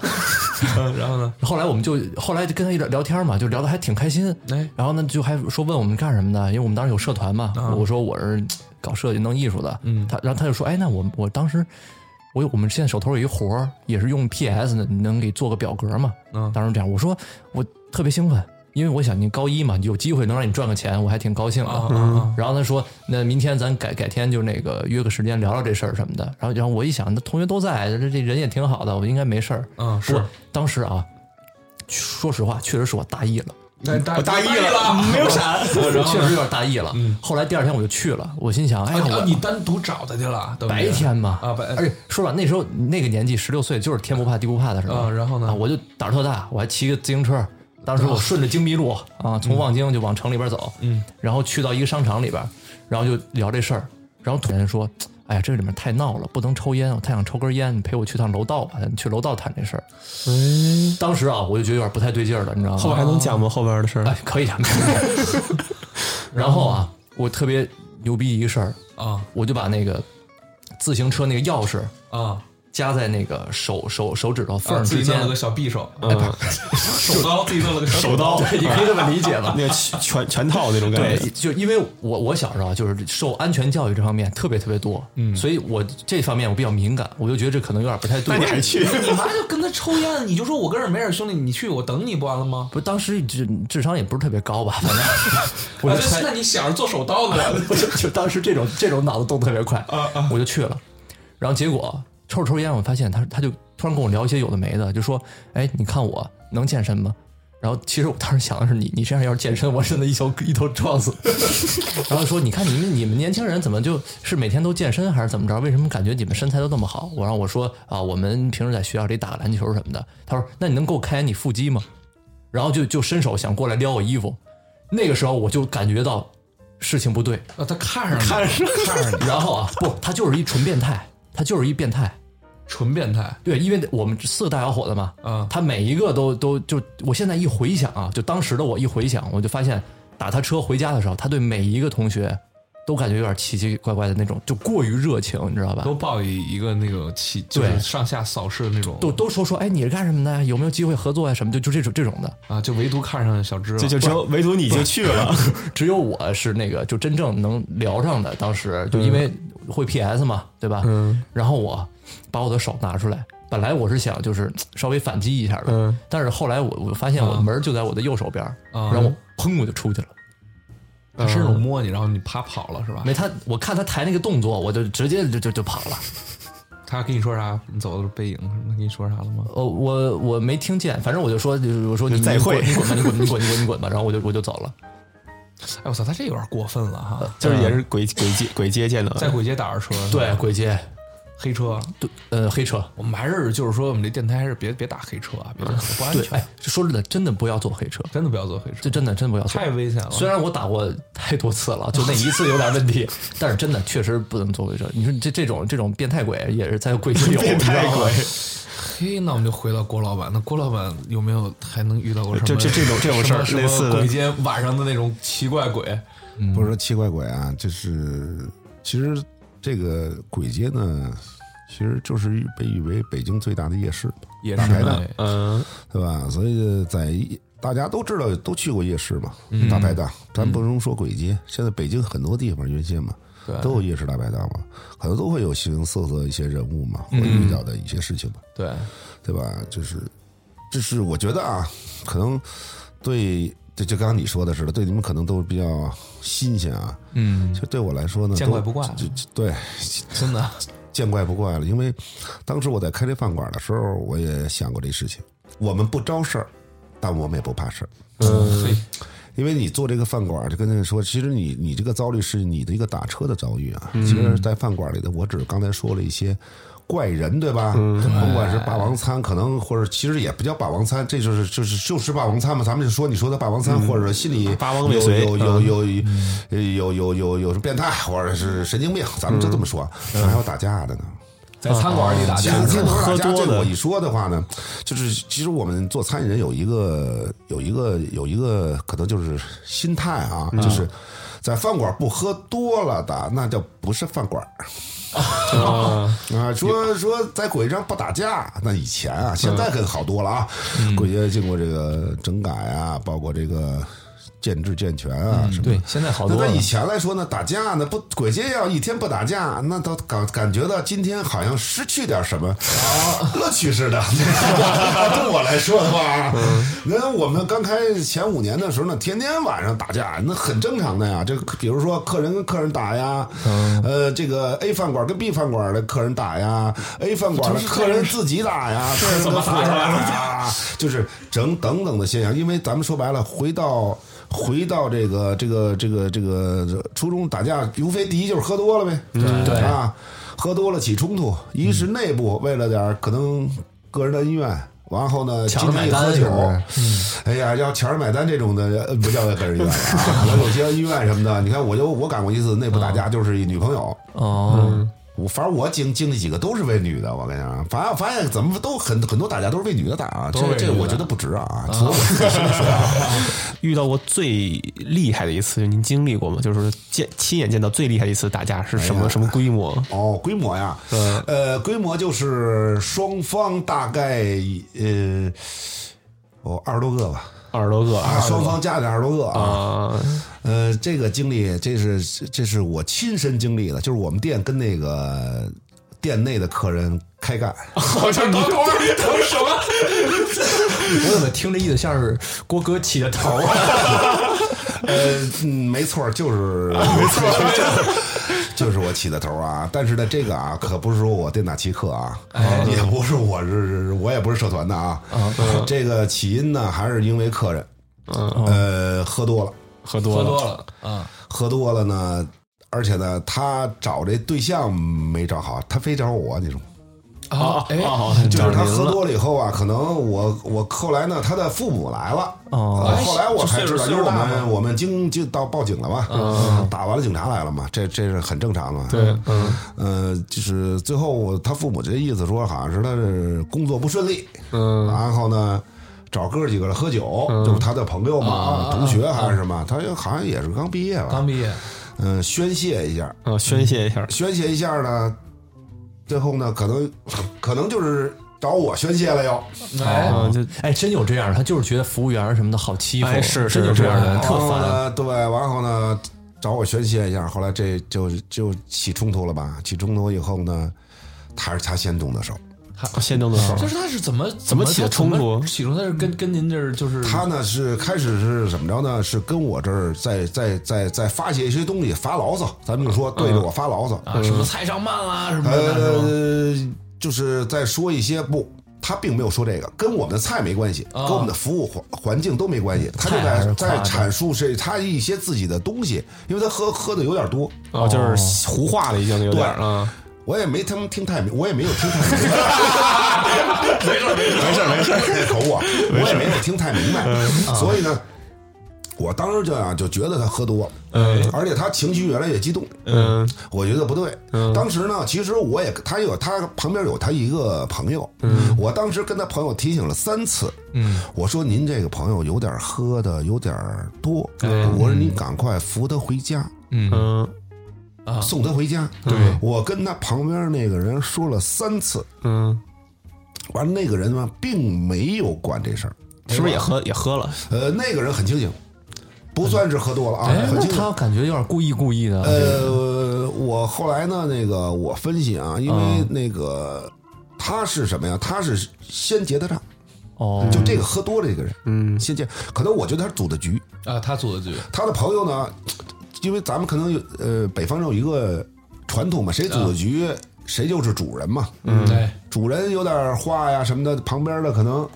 B: 然后呢？
D: 后来我们就后来就跟他一聊聊天嘛，就聊得还挺开心。
B: 哎
D: 然后呢就还说问我们干什么的，因为我们当时有社团嘛。
B: 啊
D: 我说我是搞设计弄艺术的，嗯，他然后他就说，哎，那我我当时我有我们现在手头有一活儿，也是用 PS 的，你能给做个表格吗？
B: 嗯
D: 当时这样，我说我特别兴奋，因为我想你高一嘛，有机会能让你赚个钱，我还挺高兴的。
B: 啊啊啊！
D: 然后他说：“那明天咱改改天就那个约个时间聊聊这事儿什么的。”然后，然后我一想，那同学都在，这这人也挺好的，我应该没事儿。
B: 嗯
D: 不过
B: 是
D: 当时啊，说实话，确实是我大意了，
B: 那哎大啊
C: 我大意了，没有 闪。
D: 我确实有点大意了。后来第二天我就去了，我心想：“哎呀，
B: 嗯啊，
D: 我
B: 你单独找他去了，等于
D: 白天嘛
B: 啊白
D: 而且说实话，那时候那个年纪，十六岁就是天不怕地不怕的时候。
B: 啊然后呢
D: 啊我就胆儿特大，我还骑个自行车。当时我顺着京密路啊，
B: 嗯
D: 从望京就往城里边走，嗯，然后去到一个商场里边，然后就聊这事儿，然后突然说。哎呀，这里面太闹了，不能抽烟，我太想抽根烟，你陪我去趟楼道吧，咱去楼道谈这事儿。
B: 哎
D: 当时啊，我就觉得有点不太对劲儿了，你知道吗？
C: 后边还能讲吗？后边的事儿
D: 哎，可以讲。 然后啊，我特别牛逼一个事儿，
B: 啊
D: 我就把那个自行车那个钥匙
B: 啊，
D: 夹在那个手手手指头缝
B: 啊
D: 儿
B: 自
D: 之
B: 己弄
D: 间
B: 了，个小匕首，嗯哎手刀，自己弄了个手刀，啊
D: 对，你可以这么理解吧？
C: 那个全全全套那种感
D: 对
C: 觉，，
D: 就因为我我小时候啊，就是受安全教育这方面特别特别多，嗯，所以我这方面我比较敏感，我就觉得这可能有点不太对。
C: 你还去？
B: 你妈就跟他抽烟，你就说我跟这儿没事，兄弟，你去我等你不完了吗？
D: 不是当时智智商也不是特别高吧， 反正我
B: 啊
D: 就
B: 那
D: 猜
B: 那你想着做手刀呢？
D: 我就就当时这种这种脑子动得特别快，我就去了，然后结果抽着抽着烟，我发现他他就突然跟我聊一些有的没的，就说，哎，你看我能健身吗？然后其实我当时想的是你，你这样要是健身，我真的一头一头撞死。 然后说，你看你们你们年轻人怎么就是每天都健身还是怎么着？为什么感觉你们身材都那么好？我让我说啊，我们平时在学校里打个篮球什么的。他说，那你能给我看一眼你腹肌吗？然后就就伸手想过来撩我衣服，那个时候我就感觉到事情不对，
B: 啊，他 看上看上看上你，
D: 然后啊，不，他就是一纯变态，他就是一变态。
B: 纯变态。
D: 对，因为我们四个大小伙子嘛，
B: 嗯
D: 他每一个都都就，我现在一回想啊，就当时的我一回想，我就发现打他车回家的时候，他对每一个同学都感觉有点奇奇怪怪的那种，就过于热情，你知道吧？
B: 都抱以一个那个起，就是
D: 对
B: 上下扫视的那种，
D: 都都说说，哎，你是干什么的？有没有机会合作呀、什么？就就这种这种的，
B: 啊，就唯独看上小芝了，
C: 这就只有唯独你就去了，
D: 只有我是那个就真正能聊上的。当时
C: 嗯
D: 就因为会 PS 嘛，对吧？嗯。然后我把我的手拿出来，本来我是想就是嘖稍微反击一下的，
C: 嗯
D: 但是后来我我发现我门就在我的右手边，
B: 啊
D: 然后我砰我就出去了。
B: 他伸手摸你，然后你啪跑了是吧？
D: 没他，我看他抬那个动作，我就直接就就就跑了。
B: 他跟你说啥？你走的背影什么？跟你说啥了吗？
D: 呃，我我没听见，反正我就说，就是我说你
C: 再会
D: 你滚吧，你滚吧，你滚，你滚，你滚吧。然后我就我就走了。
B: 哎，我操，他这有点过分了哈！
C: 就是也是鬼鬼街鬼街见到
B: 嗯在
C: 的，
B: 鬼街打着车，
D: 对，鬼街，
B: 黑车，
D: 对，呃，黑车。
B: 我们还是就是说，我们这电台还是别别打黑车啊，别打不安
D: 对，
B: 全
D: 哎，，说真的，真的不要坐黑车，
B: 真的不要坐黑车
D: 这，真的真的不要坐
B: 太。危险了。
D: 虽然我打过太多次了，就那一次有点问题，但是真的确实不能坐鬼车。你说你这这种这种变态鬼也是在鬼街有，
C: 变态鬼，
B: 嘿，那我们就回到郭老板，那郭老板有没有还能遇到过什么？
C: 就就这种这种事儿
B: 什么
C: 类似的
B: 鬼街晚上的那种奇怪鬼，
E: 不是说奇怪鬼啊，就是其实这个鬼街呢，其实就是被誉为北京最大的夜市，
B: 也
E: 大
B: 是
E: 排档，
C: 嗯，
E: 对吧？所以在夜大家都知道，都去过夜市嘛，大排档。咱不能说鬼街，现在北京很多地方原先嘛，都有夜市大排档嘛，可能都会有形形色色一些人物嘛，会遇到的一些事情嘛，
B: 对，
E: 对吧？就是，这是我觉得啊，可能对。对，就刚刚你说的似的，对你们可能都比较新鲜啊。
B: 嗯
E: 其，实对我来说呢，
B: 见
E: 都
B: 怪不怪
E: 就就对，
B: 真的，
E: 见怪不怪了。因为当时我在开这饭馆的时候，我也想过这事情。我们不招事儿，但我们也不怕事儿。
C: 嗯
B: 嘿，
E: 因为你做这个饭馆，就跟人说，其实你你这个遭遇是你的一个打车的遭遇啊。其实，在饭馆里的，我只是刚才说了一些怪人，对吧？甭管是霸王餐，可能或者其实也不叫霸王餐，这就是就是就是霸王餐嘛。咱们就说你说的霸王餐，或者心里
C: 霸王尾随
E: 有有有有有有有有有什么变态或者是神经病，咱们就这么说，还有打架的呢。
B: 在餐馆里打架，
C: 嗯
E: 其实
C: 喝
E: 大家
C: 多
E: 这
C: 了
E: 我一说的话呢，就是其实我们做餐饮人有一个有一个有一个可能就是心态啊，就是在饭馆不喝多了的，那就不是饭馆儿。 啊，说说在鬼上不打架，那以前啊，现在可好多了啊。鬼街经过这个整改啊，包括这个建制健全啊什么的。
D: 对，现在好
E: 那
D: 多
E: 在
D: 了
E: 以。前来说呢，打架呢不鬼街要一天不打架，那都感感觉到今天好像失去点什么乐趣似的。对我来说的话，那我们刚开前五年的时候呢，天天晚上打架，那很正常的呀。这个比如说客人跟客人打呀，呃，这个 A 饭馆跟 B 饭馆的客人打呀，A 饭馆的客人自己打呀，客人跟服务员打呀，就是整等等的现象。因为咱们说白了，回到。回到这个这个这个这个这初中打架，无非第一就是喝多了呗，对啊，喝多了起冲突，一是内部为了点儿可能个人的恩怨。然后呢，
D: 抢着
E: 今天
D: 买
E: 一
D: 单
E: 喝酒
D: 是不是，
E: 哎呀，要抢着买单这种的，呃不叫个人恩怨了啊。我有些恩怨什么的，你 看，我就我赶过一次内部打架，就是一女朋友，
D: 哦，
E: 我反正我经经历几个都是为女的，我跟你讲，反正发现怎么都很很多打架都是为女的打啊，这
B: 是为
E: 这
B: 女的
E: 我觉得不值啊，所以我自己心里说啊，
C: 遇到过最厉害的一次，您经历过吗？就是见亲眼见到最厉害的一次打架是什
E: 哎呀
C: 么什么规模？
E: 哦，规模呀，呃，规模就是双方大概呃，哦二十多个吧，
C: 二十多个
E: 啊，双方加起来二十多个啊，
C: 啊，
E: 呃，这个经历，这是这是我亲身经历的，就是我们店跟那个店内的客人开干，
C: 好像你
D: 我怎么听着意思像是郭哥起的头啊？
E: 呃 呃，嗯没错，就是没错，就是就是我起的头啊。但是呢，这个啊，可不是说我店大欺客啊，也不是我是我也不是社团的啊。这个起因呢，还是因为客人，呃，喝多了，
B: 喝
C: 喝多
B: 多
C: 了，
B: 了啊，
E: 喝多了呢，而且呢，他找这对象没找好，他非找我，你说。
B: 啊，
C: 哦
B: 哎，
E: 就是他喝
C: 了
E: 多了以后啊，可能我我后来呢，他的父母来了，
D: 哦
E: 呃后来我才知道，
A: 岁数
E: 因为我
A: 岁数大
E: 们我们经就到报警了嘛，呃打完了警察来了嘛，这这是很正常的嘛。
C: 对，嗯
E: 呃，就是最后我他父母这意思说，好像是他是工作不顺利，
C: 嗯
E: 然后呢。找哥几个人喝酒，就是他的朋友嘛，啊同学还是什么？他好像也是刚毕业吧
B: 刚，毕业，
C: 哦
E: 嗯、宣泄一下，
C: 啊，宣泄一下，
E: 宣泄一下呢，最后呢，可能可能就是找我宣泄了又，
B: 哎，
C: 啊，就
D: 哎，真有这样的，他就是觉得服务员什么的好欺负，
C: 哎是
D: 真
C: 是
D: 有这样的
C: 是
D: 人，
E: 然
D: 特
E: 后
D: 烦。
E: 呢，对，然后呢，找我宣泄一下，后来这就就起冲突了吧？起冲突以后呢，他是他先动的手，
C: 先动的手，
B: 就是他是怎么怎
C: 么起的冲突
B: 起冲突他是跟跟您这儿
D: 嗯
B: 就是
E: 他呢是开始是怎么着呢？是跟我这儿在在在在发泄一些东西，发牢骚，咱们就说对着
D: 嗯
E: 我发牢骚，
B: 啊什么菜上慢啦什么的，是吧
E: 呃，就是在说一些不。他并没有说这个，跟我们的菜没关系，跟我们的服务环环境都没关系。他就
D: 菜还
E: 在
D: 是
E: 在
D: 夸
E: 阐述是他一些自己的东西，因为他喝喝的有点多，
C: 啊，就是胡话了，已经有点儿啊，
E: 我也没他们听太明，我也没有听太明白，没事儿没事儿没事儿，口嗯误啊，我也没有听太明白，啊所以呢，我当时就啊就觉得他喝多了，而且他情绪越来越激动，
C: 嗯
E: 我觉得不对。
D: 嗯
E: 当时呢，其实我也他有他旁边有他一个朋友，
D: 嗯
E: 我当时跟他朋友提醒了三次，我说您这个朋友有点喝的有点多，我
D: 嗯
E: 说你赶快扶他回家，
C: 嗯
D: 啊
E: 送他回家。对，我跟他旁边那个人说了三次，
C: 嗯，
E: 完了那个人嘛，并没有管这事儿。
C: 是不是也喝也喝了？
E: 呃，那个人很清醒，不算是喝多了啊，
D: 哎，
E: 很
D: 那
E: 清醒。
D: 他感觉有点故意故意的。
E: 呃，我后来呢，那个我分析啊，因
B: 嗯
E: 为那个他是什么呀？他是先结的账，
D: 哦，
E: 就这个喝多了这个人，嗯，先结。可能我觉得他是组的局，
C: 呃
B: 啊，他组的局
E: 他的朋友呢，因为咱们可能有呃北方有一个传统嘛，谁组的局、谁就是主人嘛，
B: 嗯对
E: 主人有点话呀什么的，旁边的可能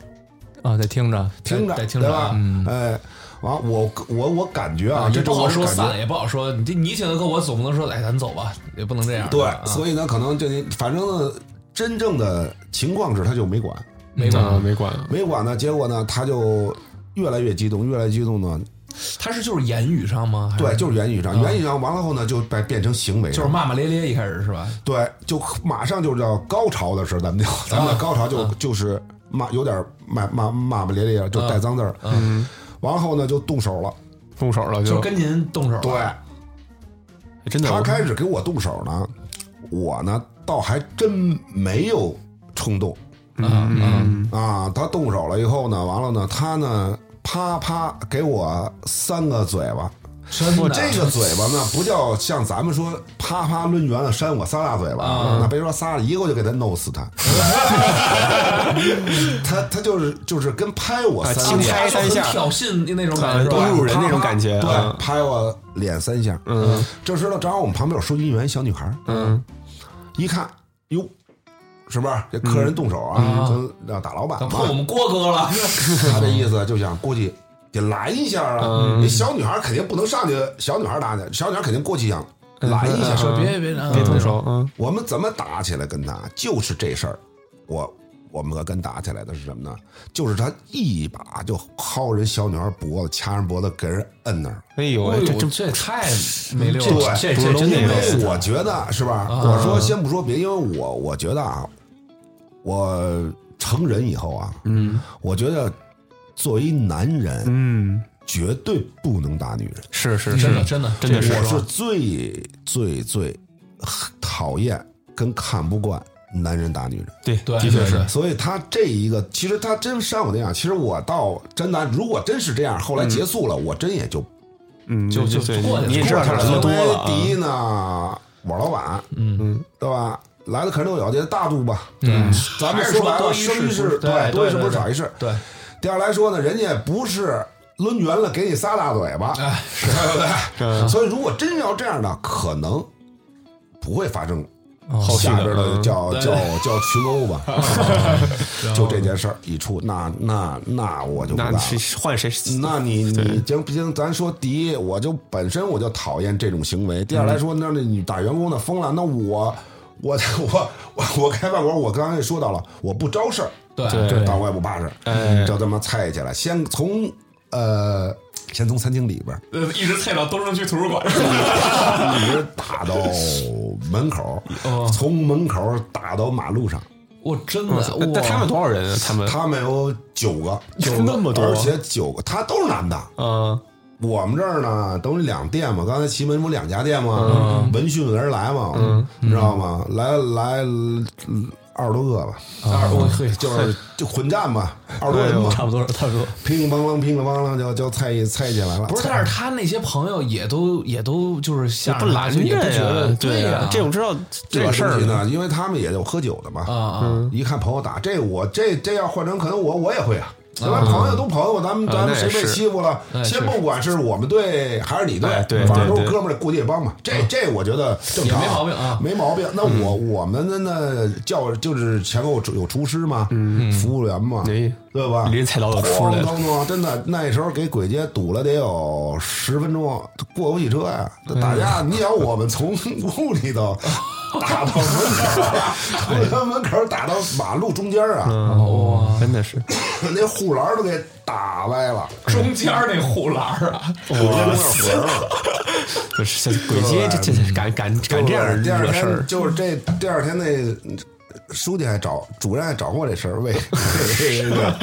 D: 啊，得听着。
E: 听着，
B: 得听
E: 对
B: 着
E: 吧
B: 啊？
E: 哎，完、我我我感觉啊，
B: 也
E: 这
B: 不
E: 种
B: 好
E: 我是
B: 说
E: 感觉
B: 散，也不好说，你这你请的客，我总不能说哎咱走吧，也不能这样，
E: 对
B: 啊，
E: 所以呢，可能这反正呢，真正的情况是他就没管，
D: 嗯
B: 没管
C: 啊，没管啊，
E: 没管呢，结果呢，他就越来越激动，越来越激动呢，
B: 他是就是言语上吗？还是
E: 对，就是言语上，言语上完了后呢，就变变成行为上，
B: 哎嗯就是骂骂咧咧，一开始是吧？
E: 对，就马上就到高潮的时候，咱们就
B: 啊
E: 咱们的高潮就就是骂有点骂骂骂骂咧咧，
B: 啊
E: 就带脏字儿，嗯，完后呢就动手了，
C: 动手了
B: 就
C: 就，
B: 跟您动手，
E: 对，
C: 哎真的
E: 他开始给我动手呢，我呢倒还真没有冲动。
B: 嗯嗯，
E: 啊，他动手了以后呢，完了呢，他呢啪啪给我三个嘴巴。
B: 真的
E: 这个嘴巴呢，不叫像咱们说啪啪抡圆了扇我仨大嘴巴，那别说仨了，一个我就给他弄死他。他他就是就是跟拍我
C: 啊
E: 三
C: 轻
E: 下，
C: 拍三
B: 很
C: 下，
B: 挑衅那种感
C: 呃
B: 觉，是吧
C: 侮辱人那种感觉，
E: 对，
C: 啊
E: 拍我脸三下。嗯，这时呢，正好我们旁边有收银员小女孩，嗯，一看，哟，是不是这客人动手啊？就要打老板嘛，
B: 碰我们郭哥了，
E: 他这意思就想估计得拦一下
B: 嗯
E: 啊，那小女孩肯定不能上去，小女孩打去，小女孩肯定过去想拦一下。
B: 说别别别
C: 哎别动手，嗯
E: 我们怎么打起来跟他，就是这事儿。我我们跟打起来的是什么呢？就是他一把就薅人小女孩脖子，掐人脖子，给人摁那儿。
C: 哎呦
B: 哎
C: 喂，
B: 呦
C: 这这
B: 这太没溜
E: 对
B: 了，这这
C: 不是
B: 真的
C: 东西
E: 因
B: 没
C: 没
E: 为
B: 溜
E: 我觉得是吧？
B: 啊
E: 我说先不说别，因为我我觉得啊，我成人以后啊，嗯，我觉得作为男人，
C: 嗯，
E: 绝对不能打女人。
C: 是是
B: 真
C: 是
B: 的，真的
C: 真的
B: 这
C: 是
E: 我
B: 说
E: 是最最最讨厌跟看不惯男人打女人，
C: 对，
B: 对
C: 的确是
B: 对
E: 所以他这一个，其实他真像我那样，其实我到真的，如果真是这样，后来结束了，我真也就
C: 嗯，
B: 就就
C: 对
B: 就过去了
C: 你也知道他
B: 过
C: 人
B: 去
C: 喝
B: 了
C: 多了
E: 因为第
C: 啊，
E: 一呢，我老板，嗯嗯，对吧？来的客人都有，这大度吧，
B: 嗯
E: 咱们
B: 还是说
E: 白了，
B: 多一
E: 生一
B: 事
E: 事，
B: 不对
E: 多一事
B: 对
E: 不如
B: 对
E: 少一事。
B: 对，
E: 第二来说呢，人家不是抡圆了给你仨大嘴巴，
B: 哎
C: 嗯
E: 是对不对？所以如果真要这样的，可能不会发生
C: 后续
E: 下
C: 哦的嗯
E: 边的叫叫叫群 殴吧，就这件事儿一出，那那那我就不干
C: 那
E: 了。
C: 是换谁？
E: 那你 你行不行？咱说，第一，我就本身我就讨厌这种行为；第二来说，那那你打员工的疯了，那我我我我我开饭馆，我刚才也说到了，我不招事儿，
B: 对
E: 对，但我也不怕事
C: 哎
E: 儿，就这么菜起来。先从呃，先从餐厅里 边儿，
A: 呃，一直菜到东城区图书馆，
E: 一直打到门口，
C: 哦
E: 从门口打到马路上，
B: 我真
C: 哇
B: 的
C: 塞，那
B: 我
C: 那嗯他们多少人啊？他们
E: 他们有九个，
C: 那么多
E: 而且九个他都是男的，
C: 嗯
E: 我们这儿呢，等于两店嘛，刚才奇门不两家店嘛，闻讯而来嘛，你知道吗？来来嗯二十多个吧，啊
B: 二我嘿，
E: 就是就混战吧，二十多人
D: 差不
E: 吧，
D: 多，差不多。
E: 乒里乓啷乒里乓啷就就菜一菜起来了。
B: 不是，但是他那些朋友也都也都就是下
C: 不拦
B: 也
C: 着
B: 不觉得
C: 啊呀，对
B: 呀，
C: 这种知道
E: 这
C: 这
E: 个
C: 事
E: 事
C: 儿
E: 情，呢，因为他们也有喝酒的
B: 啊
E: 嘛，
B: 啊，
E: 一看朋友打这我这这要换成可能我我也会啊。咱们朋友都朋友，咱们咱
C: 啊那
E: 们
C: 也
E: 谁被
C: 是
E: 欺负了，
B: 那也
E: 先
B: 是
E: 不管是我们队还是你队
C: 哎，对
E: 反正都
C: 对
E: 是
C: 对
E: 哥们儿，过去也帮嘛。这这我觉得正常，
B: 也没毛病啊
E: 没毛病。那我我们的那叫就是前后有厨师嘛，服务员嘛，
C: 哎
E: 对吧？
C: 临菜刀就出来了
E: 咣啊当当，真的那时候给鬼街堵了得有十分钟，过不去车呀、打
C: 哎
E: 架。你想我们从屋里头打到门口，从门口打到马路中间
C: 嗯
E: 啊，
C: 哦哇，真的是
E: 那护栏都给打歪了，
C: 哎
A: 中间那护栏啊，
E: 我那会儿。
C: 就是像鬼街这这这敢敢敢这样
E: 第二
C: 惹事
E: 天
C: 儿，
E: 就是这第二天那书记还找主任还找过这 事儿，为为这个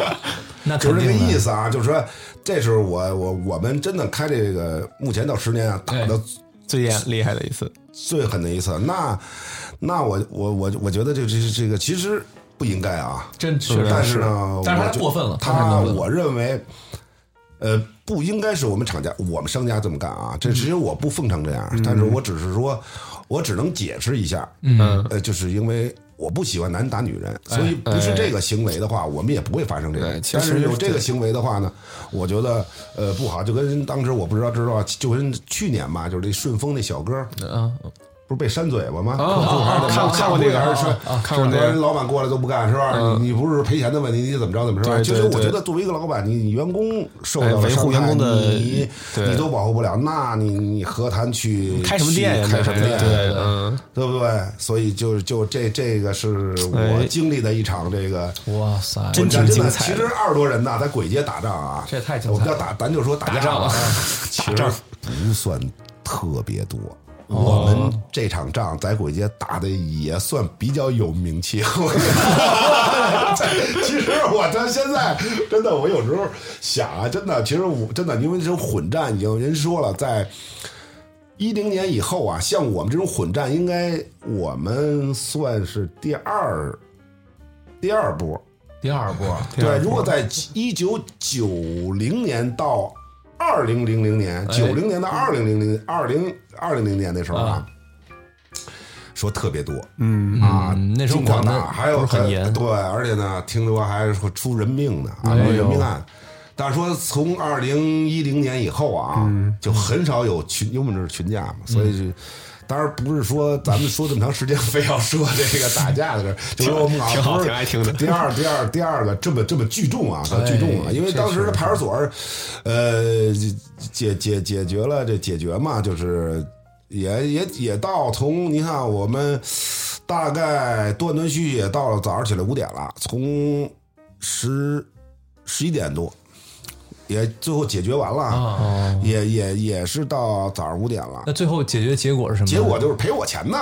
D: 那
E: 就
D: 肯
E: 是这
D: 定
E: 个
D: 的
E: 意思啊，就是说这是我我我们真的开这个目前到十年啊
C: 哎
E: 打的
C: 最厉厉害的一次，
E: 最狠的一次。那那我我我我觉得这这这个其实不应该啊，
B: 真确
E: 但
B: 实
E: 是呢，
B: 但是
E: 我
B: 他
E: 就
B: 过分了他太
E: 他
B: 过分了
E: 啊我认为，呃，不应该是我们厂家、我们商家这么干啊。这只有我不奉承这样，但是我只是说，我只能解释一下，嗯，呃，就是因为。我不喜欢男打女人，所以不是这个行为的话，我们也不会发生这
C: 对
E: 个。
C: 其
E: 但
C: 实
E: 是有
C: 是
E: 这个行为的话呢，我觉得呃不好，就跟当时我不知道知道，就跟去年吧，就是这顺丰那小哥，
C: 嗯
B: 啊，
E: 不是被扇嘴巴吗？
C: 啊看看过那个
E: 还是说
C: 啊看过那个嗯
E: 人老板过来都不干是吧？你你不是赔钱的问题，你怎么着怎么着？
C: 对对
E: 其实啊我
C: 对
E: 觉得作为一个老板，你你员工受到
C: 哎
E: 了
C: 维护
E: 伤害
C: 员工的
E: 你
C: 对
E: 你都保护不了，那你你何谈去
C: 开什么
E: 去
C: 店呀？
E: 开什么
C: 对
E: 店？
C: 对，嗯，
E: 对不对？所以就就这这个是我
C: 哎
E: 经历的一场这个。
B: 哇塞，
C: 真挺
E: 真
C: 精
E: 的，
C: 彩
E: 其
C: 的
E: 实二十多人呐，在鬼街打仗啊，
B: 这也太精彩了
E: 我们要打，咱就说打
B: 打仗
E: 吧
B: 了，
E: 其实不算特别多。
B: 哦
E: 我们这场仗在鬼街打的也算比较有名气。 其实我到现在真的，我有时候想啊，真的，其实我真的，因为这种混战已经人说了，在一零年以后啊，像我们这种混战，应该我们算是第二第二波。
B: 第二波，
D: 啊
E: 对，如果在一九九零年到二零零零
D: 哎
E: 年，九零年到二零零零二零二零零年那时候啊，说特别多，嗯啊，
D: 那时候
E: 经常
D: 管得
E: 打，还有
D: 不是很
E: 还
D: 严哎
E: 对，而且呢，听说还是会出人命的啊，有人命案。但是说从二零一零年以后啊，
D: 嗯
E: 就很少有群，因为我们这是群架嘛，所以就。当然不是说咱们说这么长时间，非要说这个打架 的事儿，就说我们啊
C: 挺好
E: 不是
C: 挺爱听的哎
E: 第二，第二，第二个这么这么聚众啊，聚众啊，因为当时的派出所，呃，解解解决了这解决嘛，就是也也也到从你看我们大概断断续续也到了早上起来五点了，从十十一点多。也最后解决完了，
C: 哦
E: 也也也是到早上五点了。
D: 那最后解决结果是什么？
E: 结果就是赔我钱呢。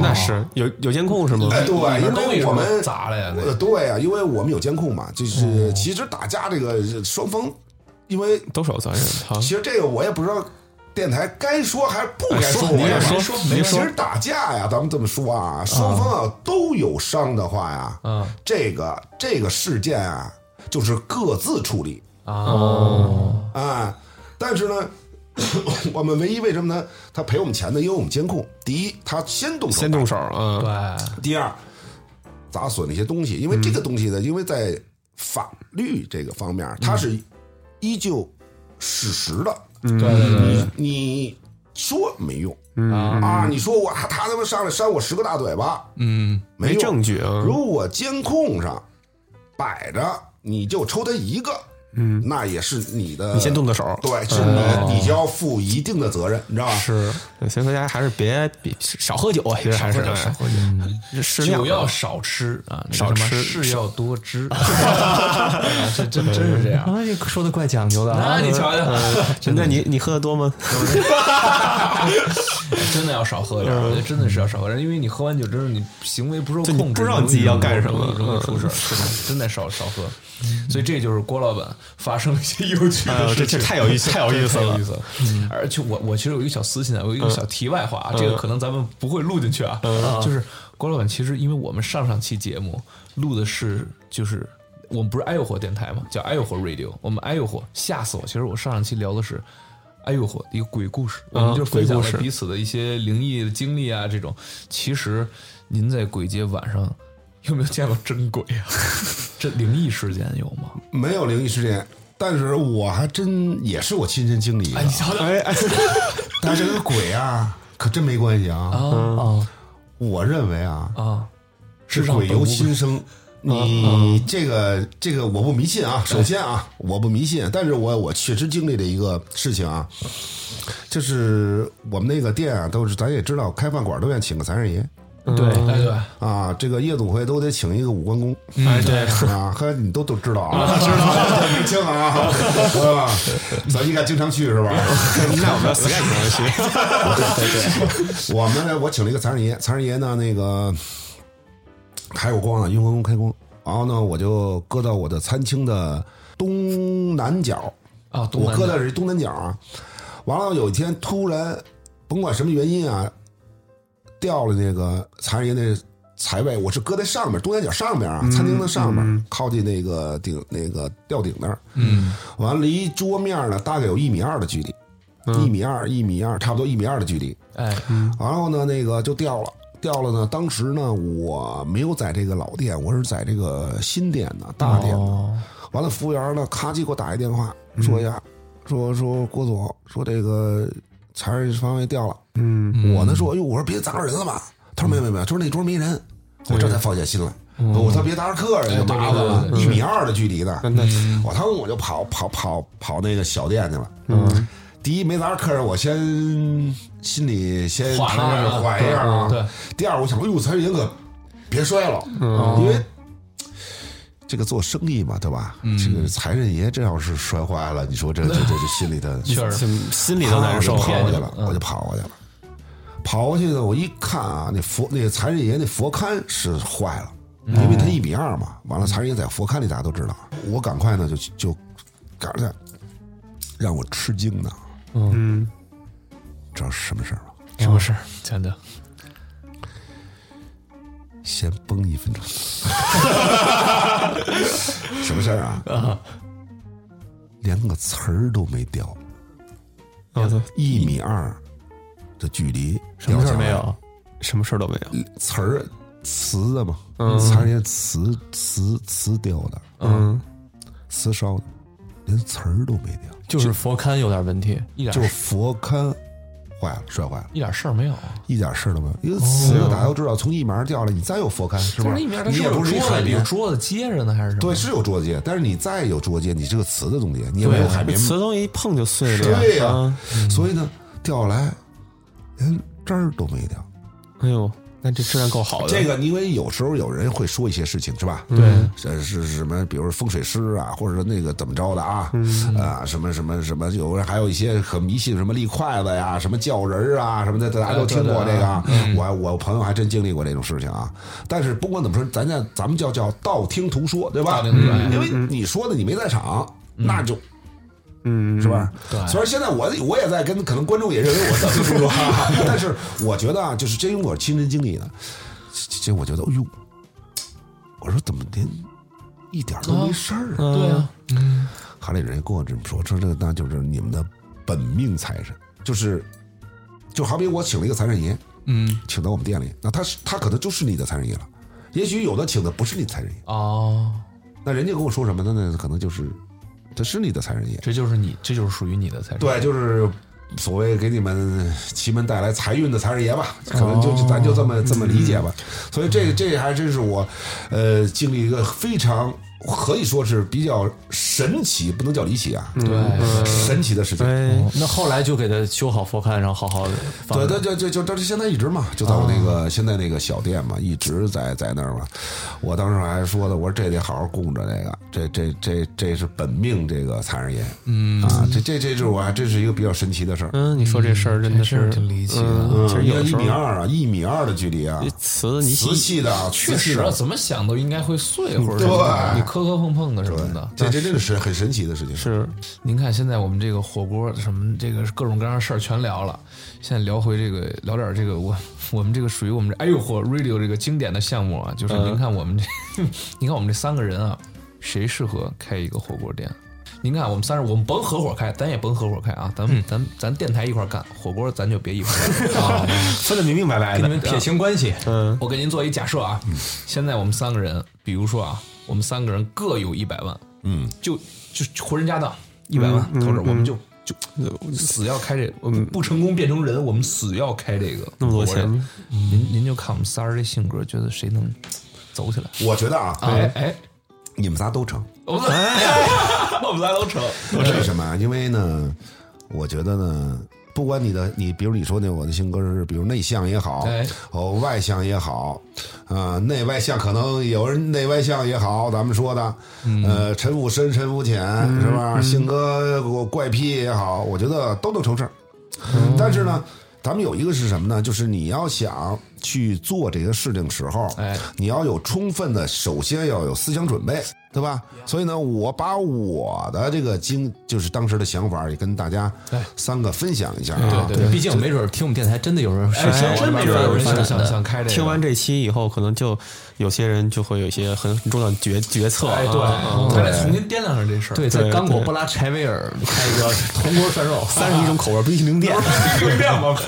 C: 那是有有监控是吗？
E: 哎，对，因
B: 东西
E: 为
B: 是
E: 我
B: 不
E: 们
B: 是砸了呀？
E: 呃，对呀、因为我们有监控嘛，就是其实打架这个双方，因为
C: 都是有责任的，好
E: 其实这个我也不知道电台该说还是不该
C: 说
E: 我
C: 您
E: 也
C: 说您
E: 其
C: 说
E: 实打架呀，咱们这么说啊，双方啊都有伤的话呀，
B: 嗯
E: 这个这个事件啊，就是各自处理
B: 哦，
E: 啊。但是呢， 我们唯一为什么他他赔我们钱呢？因为我们监控，第一，他先动手，
C: 先动手啊，
B: 对，
E: 第二，砸损了一些东西，因为这个东西呢，因为在法律这个
C: 嗯
E: 方面，它是依旧史实的。
B: 嗯对对对，
E: 你说没用，啊，你说我他他他妈上来扇我十个大嘴巴，嗯，没
C: 没
E: 用
C: 证据啊
E: 如果监控上摆着，你就抽他一个，嗯，那也是你的，
C: 你先动的手
E: 对，是你，你就要负一定的责任，你知道吧？
C: 是，所以说大家还是别别少喝酒啊，其实嗯还是少喝酒，适
B: 酒
C: 量啊
B: 要少吃啊，那
C: 少
B: 什么
C: 吃
B: 事要多知， 啊这真真 是这样。
D: 啊，这说的怪讲究的啊
B: 那！你瞧瞧，
C: 真的，你你喝的多 吗？
B: 真的要少喝点儿，我觉得真的是要少喝点儿，因为你喝完酒之后，你行为不受
C: 嗯就你
B: 控制，
C: 不知道自己要干什么嗯
B: 容易容易出事儿，是的，真的少少喝。所以这就是郭老板发生了一些有趣
C: 哎
B: 的
C: 呦
B: 事
C: 这
B: 情，
C: 这太有意思太有意思了
B: 太有意思了。
E: 嗯
B: 而且我我其实有一个小私心啊，我有一个小题外话啊，这个可能咱们不会录进去啊，
E: 嗯
B: 就是郭老板其实因为我们上上期节目录的是就是。我们不是爱乐火电台嘛，叫爱乐
E: 嗯
B: 火 Radio。我们爱乐火吓死我！其实我上上期聊的是爱乐火的一个鬼故事，我
E: 啊
B: 们就是分享了彼此的一些灵异的经历啊，这种。其实您在鬼街晚上有没有见过真鬼 啊？这灵异事件有吗？
E: 没有灵异事件，但是我还真也是我亲身经历的，
C: 哎，哎
E: 但是跟鬼啊可真没关系啊。
D: 啊，
E: 我认为啊，
B: 啊，
E: 是鬼由心生。你这个这个我不迷信啊，首先啊，我不迷信，但是我我确实经历了一个事情啊，就是我们那个店啊，都是咱也知道，开饭馆都愿请个财神爷
B: 对，哎对，
E: 啊，这个夜总会都得请一个五关公，
C: 哎，对，
E: 啊， 呵，你都都知道啊，知 道没听啊，对吧？咱应该经常去是 吧？
C: 那我们要 Sky 什么去？
E: 我们呢，我请了一个财神爷，财神爷呢，那个开过光啊，雍和宫开光，然后呢，我就搁到我的餐厅的东南角，
B: 啊，东
E: 我
B: 南
E: 搁
B: 亚
E: 的是东南角啊。完了，有一天突然，甭管什么原因啊，掉了那个财神爷那财位，我是搁在上面东南角上面啊，餐厅的上面，靠近那个顶那个吊顶那儿。嗯，完了离桌面呢大概有一米二的距离，一米二一米二，差不多一米二的距离。
B: 哎，
E: 然后呢，那个就掉了，掉了呢。当时呢，我没有在这个老店，我是在这个新店呢，大店呢。完了，服务员呢，咔叽给我打一电话，说呀，说说郭总，说这个财神方位掉了。嗯，我呢说，哎呦，我说别砸着人了吧？他说没有没有没有，他说那桌没人，我这才放下心来。我说他别砸着客人就麻烦了，一米二的距离呢。我腾我就跑跑跑跑那个小店去了。嗯，第一没砸着客人，我先心里先
B: 缓了
E: 踏实
B: 点
E: 缓一下啊。
B: 对嗯对。
E: 第二，我想，哎呦，财神爷可别摔了，啊
B: 哦
E: 因为这个做生意嘛，对吧？
B: 嗯
E: 这个财神爷这要是摔坏了，你 说这这这这心里头
B: 确实
C: 心里都难受啊嗯
E: 我就
C: 了。
E: 跑过去了，我就跑过去了。跑过去呢，我一看啊，那佛那个财神爷那佛龛是坏了，因为他一米二嘛。完了，财神爷在佛龛里，大家都知道。我赶快呢，就就赶上去，让我吃惊的，
C: 嗯，
E: 知道是什么事儿吗？
C: 什么事儿？
B: 真的，
E: 先崩一分钟，什么事儿啊？连个词儿都没掉，
C: 啊，对，
E: 一米二的距离，
D: 什么事儿没有？
C: 什么事儿都没有。
E: 词儿瓷的嘛，财神爷瓷瓷瓷雕的，
C: 嗯，
E: 瓷烧的，连词儿都没掉，
D: 就是佛龛有点问题，
B: 一点
E: 就是佛龛坏了，摔坏了，
D: 哦
B: 一点事儿没有啊，
E: 一点事儿都没有。因为瓷的大家都知道，从一米二掉了，你再有佛龛，是不
B: 一米二，它
E: 你也
B: 有
E: 不是一
B: 桌
E: 海
B: 子，有
E: 绵，
B: 桌子接着呢，还是什么？
E: 对，是有桌子界，但是你再有桌子界，你这个瓷的东西，你也没有海绵，
C: 嗯词东西一碰就碎了。
E: 对呀、
C: 啊
E: 所以呢，掉下来连汁儿都没掉。
C: 哎呦，那这质量够好的。
E: 这个，因为有时候有人会说一些事情，是吧？对，是是什么，比如风水师啊，或者说那个怎么着的啊，啊，什么什么什么，有人还有一些很迷信，什么立筷子呀，什么叫人儿啊，什么的，大家都听过这个啊。我我朋友还真经历过这种事情啊。但是不管怎么说，咱家咱们叫叫道听途说，哎对吧？嗯因为你说的你没在场，那就。嗯，是吧？对。虽然现在我我也在跟，可能观众也认为我在听说啊， 但是我觉得啊，就是这因为我亲身经历的，这这我觉得，哎呦，我说怎么连一点儿都没事儿啊？
B: 对啊，
E: 韩磊人跟我这么说，说这个那就是你们的本命财神，就是就好比我请了一个财神爷，
B: 嗯，
E: 请到我们店里，那他是他可能就是你的财神爷了，也许有的请的不是你财神爷，
B: 哦，
E: 那人家跟我说什么呢？那可能就是他是你的财神爷，
B: 这就是你，这就是属于你的才是。
E: 对，就是所谓给你们奇门带来财运的财神爷吧，可能就就咱就这么这么理解吧。所以这这还真是我，呃，经历一个非常可以说是比较神奇，不能叫离奇啊，
B: 嗯
E: 对，神奇的事情。
C: 哎，
D: 哎哦那后来就给他修好佛龛，然后好好的放
E: 对，
D: 着。
E: 对，就就就这现在一直嘛，就在我那
C: 啊
E: 个、现在那个小店嘛，一直在在那儿嘛。我当时还说的，我说这得好好供着这个，这这这这是本命这个财神爷，嗯啊，这这这就是我还真是一个比较神奇的事儿。
C: 嗯，你说这事儿真的是
B: 这事儿挺离奇的
C: 嗯
E: 嗯，
C: 其实有
E: 一
C: 时
E: 米
C: 候
E: 二啊，一米二的距离啊，
C: 瓷你
E: 瓷器的啊，
B: 确
E: 瓷器
B: 实啊，
E: 的，
B: 怎么想都应该会碎或者什
E: 对
B: 么的，你磕磕碰碰的什么的。
E: 这这真的是很神奇的事情。
C: 是
B: 您看现在我们这个火锅什么这个各种各样的事儿全聊了，现在聊回这个聊点这个我我们这个属于我们这哎呦火 radio 这个经典的项目啊，就是您看我们这、 您看我们这三个人啊，谁适合开一个火锅店？您看我们三人，我们甭合伙开，咱也甭合伙开啊，咱们、咱咱电台一块儿干，火锅咱就别一块儿干啊。
C: 分的明明白白
B: 给你
C: 的，
B: 们
D: 撇清关系，
C: 嗯，
B: 我给您做一假设啊，现在我们三个人，比如说啊，我们三个人各有一百万，
E: 嗯，
B: 就就活人家当一百万，投资我们就就死要开这，不成功变成人，我们死要开这个
C: 那么多钱
B: 火锅店，您您就看我们仨人这性格，觉得谁能走起来？
E: 我觉得啊，
B: 哎哎，
E: 你们仨都成，
B: 我们仨哎 我们仨都成，
E: 为什么啊？因为呢，我觉得呢，不管你的你，比如你说那我的性格是，比如内向也好
B: 哎，
E: 哦，外向也好，啊、内外向可能有人内外向也好，咱们说的，
B: 嗯
E: 呃，沉浮深，沉浮浅，是吧？性格我怪癖也好，我觉得都能成事儿。
B: 哦
E: 但是呢，咱们有一个是什么呢？就是你要想去做这个事情的时候，
B: 哎
E: 你要有充分的，首先要有思想准备，对吧？所以呢，我把我的这个经，就是当时的想法，也跟大家三个分享一下啊。
B: 哎对对
D: 毕竟没准儿听我们电台真的有人
B: 哎，
D: 想
B: 真没
D: 有
B: 有人
D: 发
B: 想
D: 展
B: 想
D: 的，
B: 想开这个，
C: 听完这期以后，可能就有些人就会有一些很很重要的决决策啊，
B: 哎，对，咱俩重新掂量上这事儿。
D: 哦对，在
C: 对
D: 刚果
C: 对
D: 布拉柴维尔开一个铜锅涮肉，
C: 三十一种嗯口味冰淇淋店，
B: 对，量吧，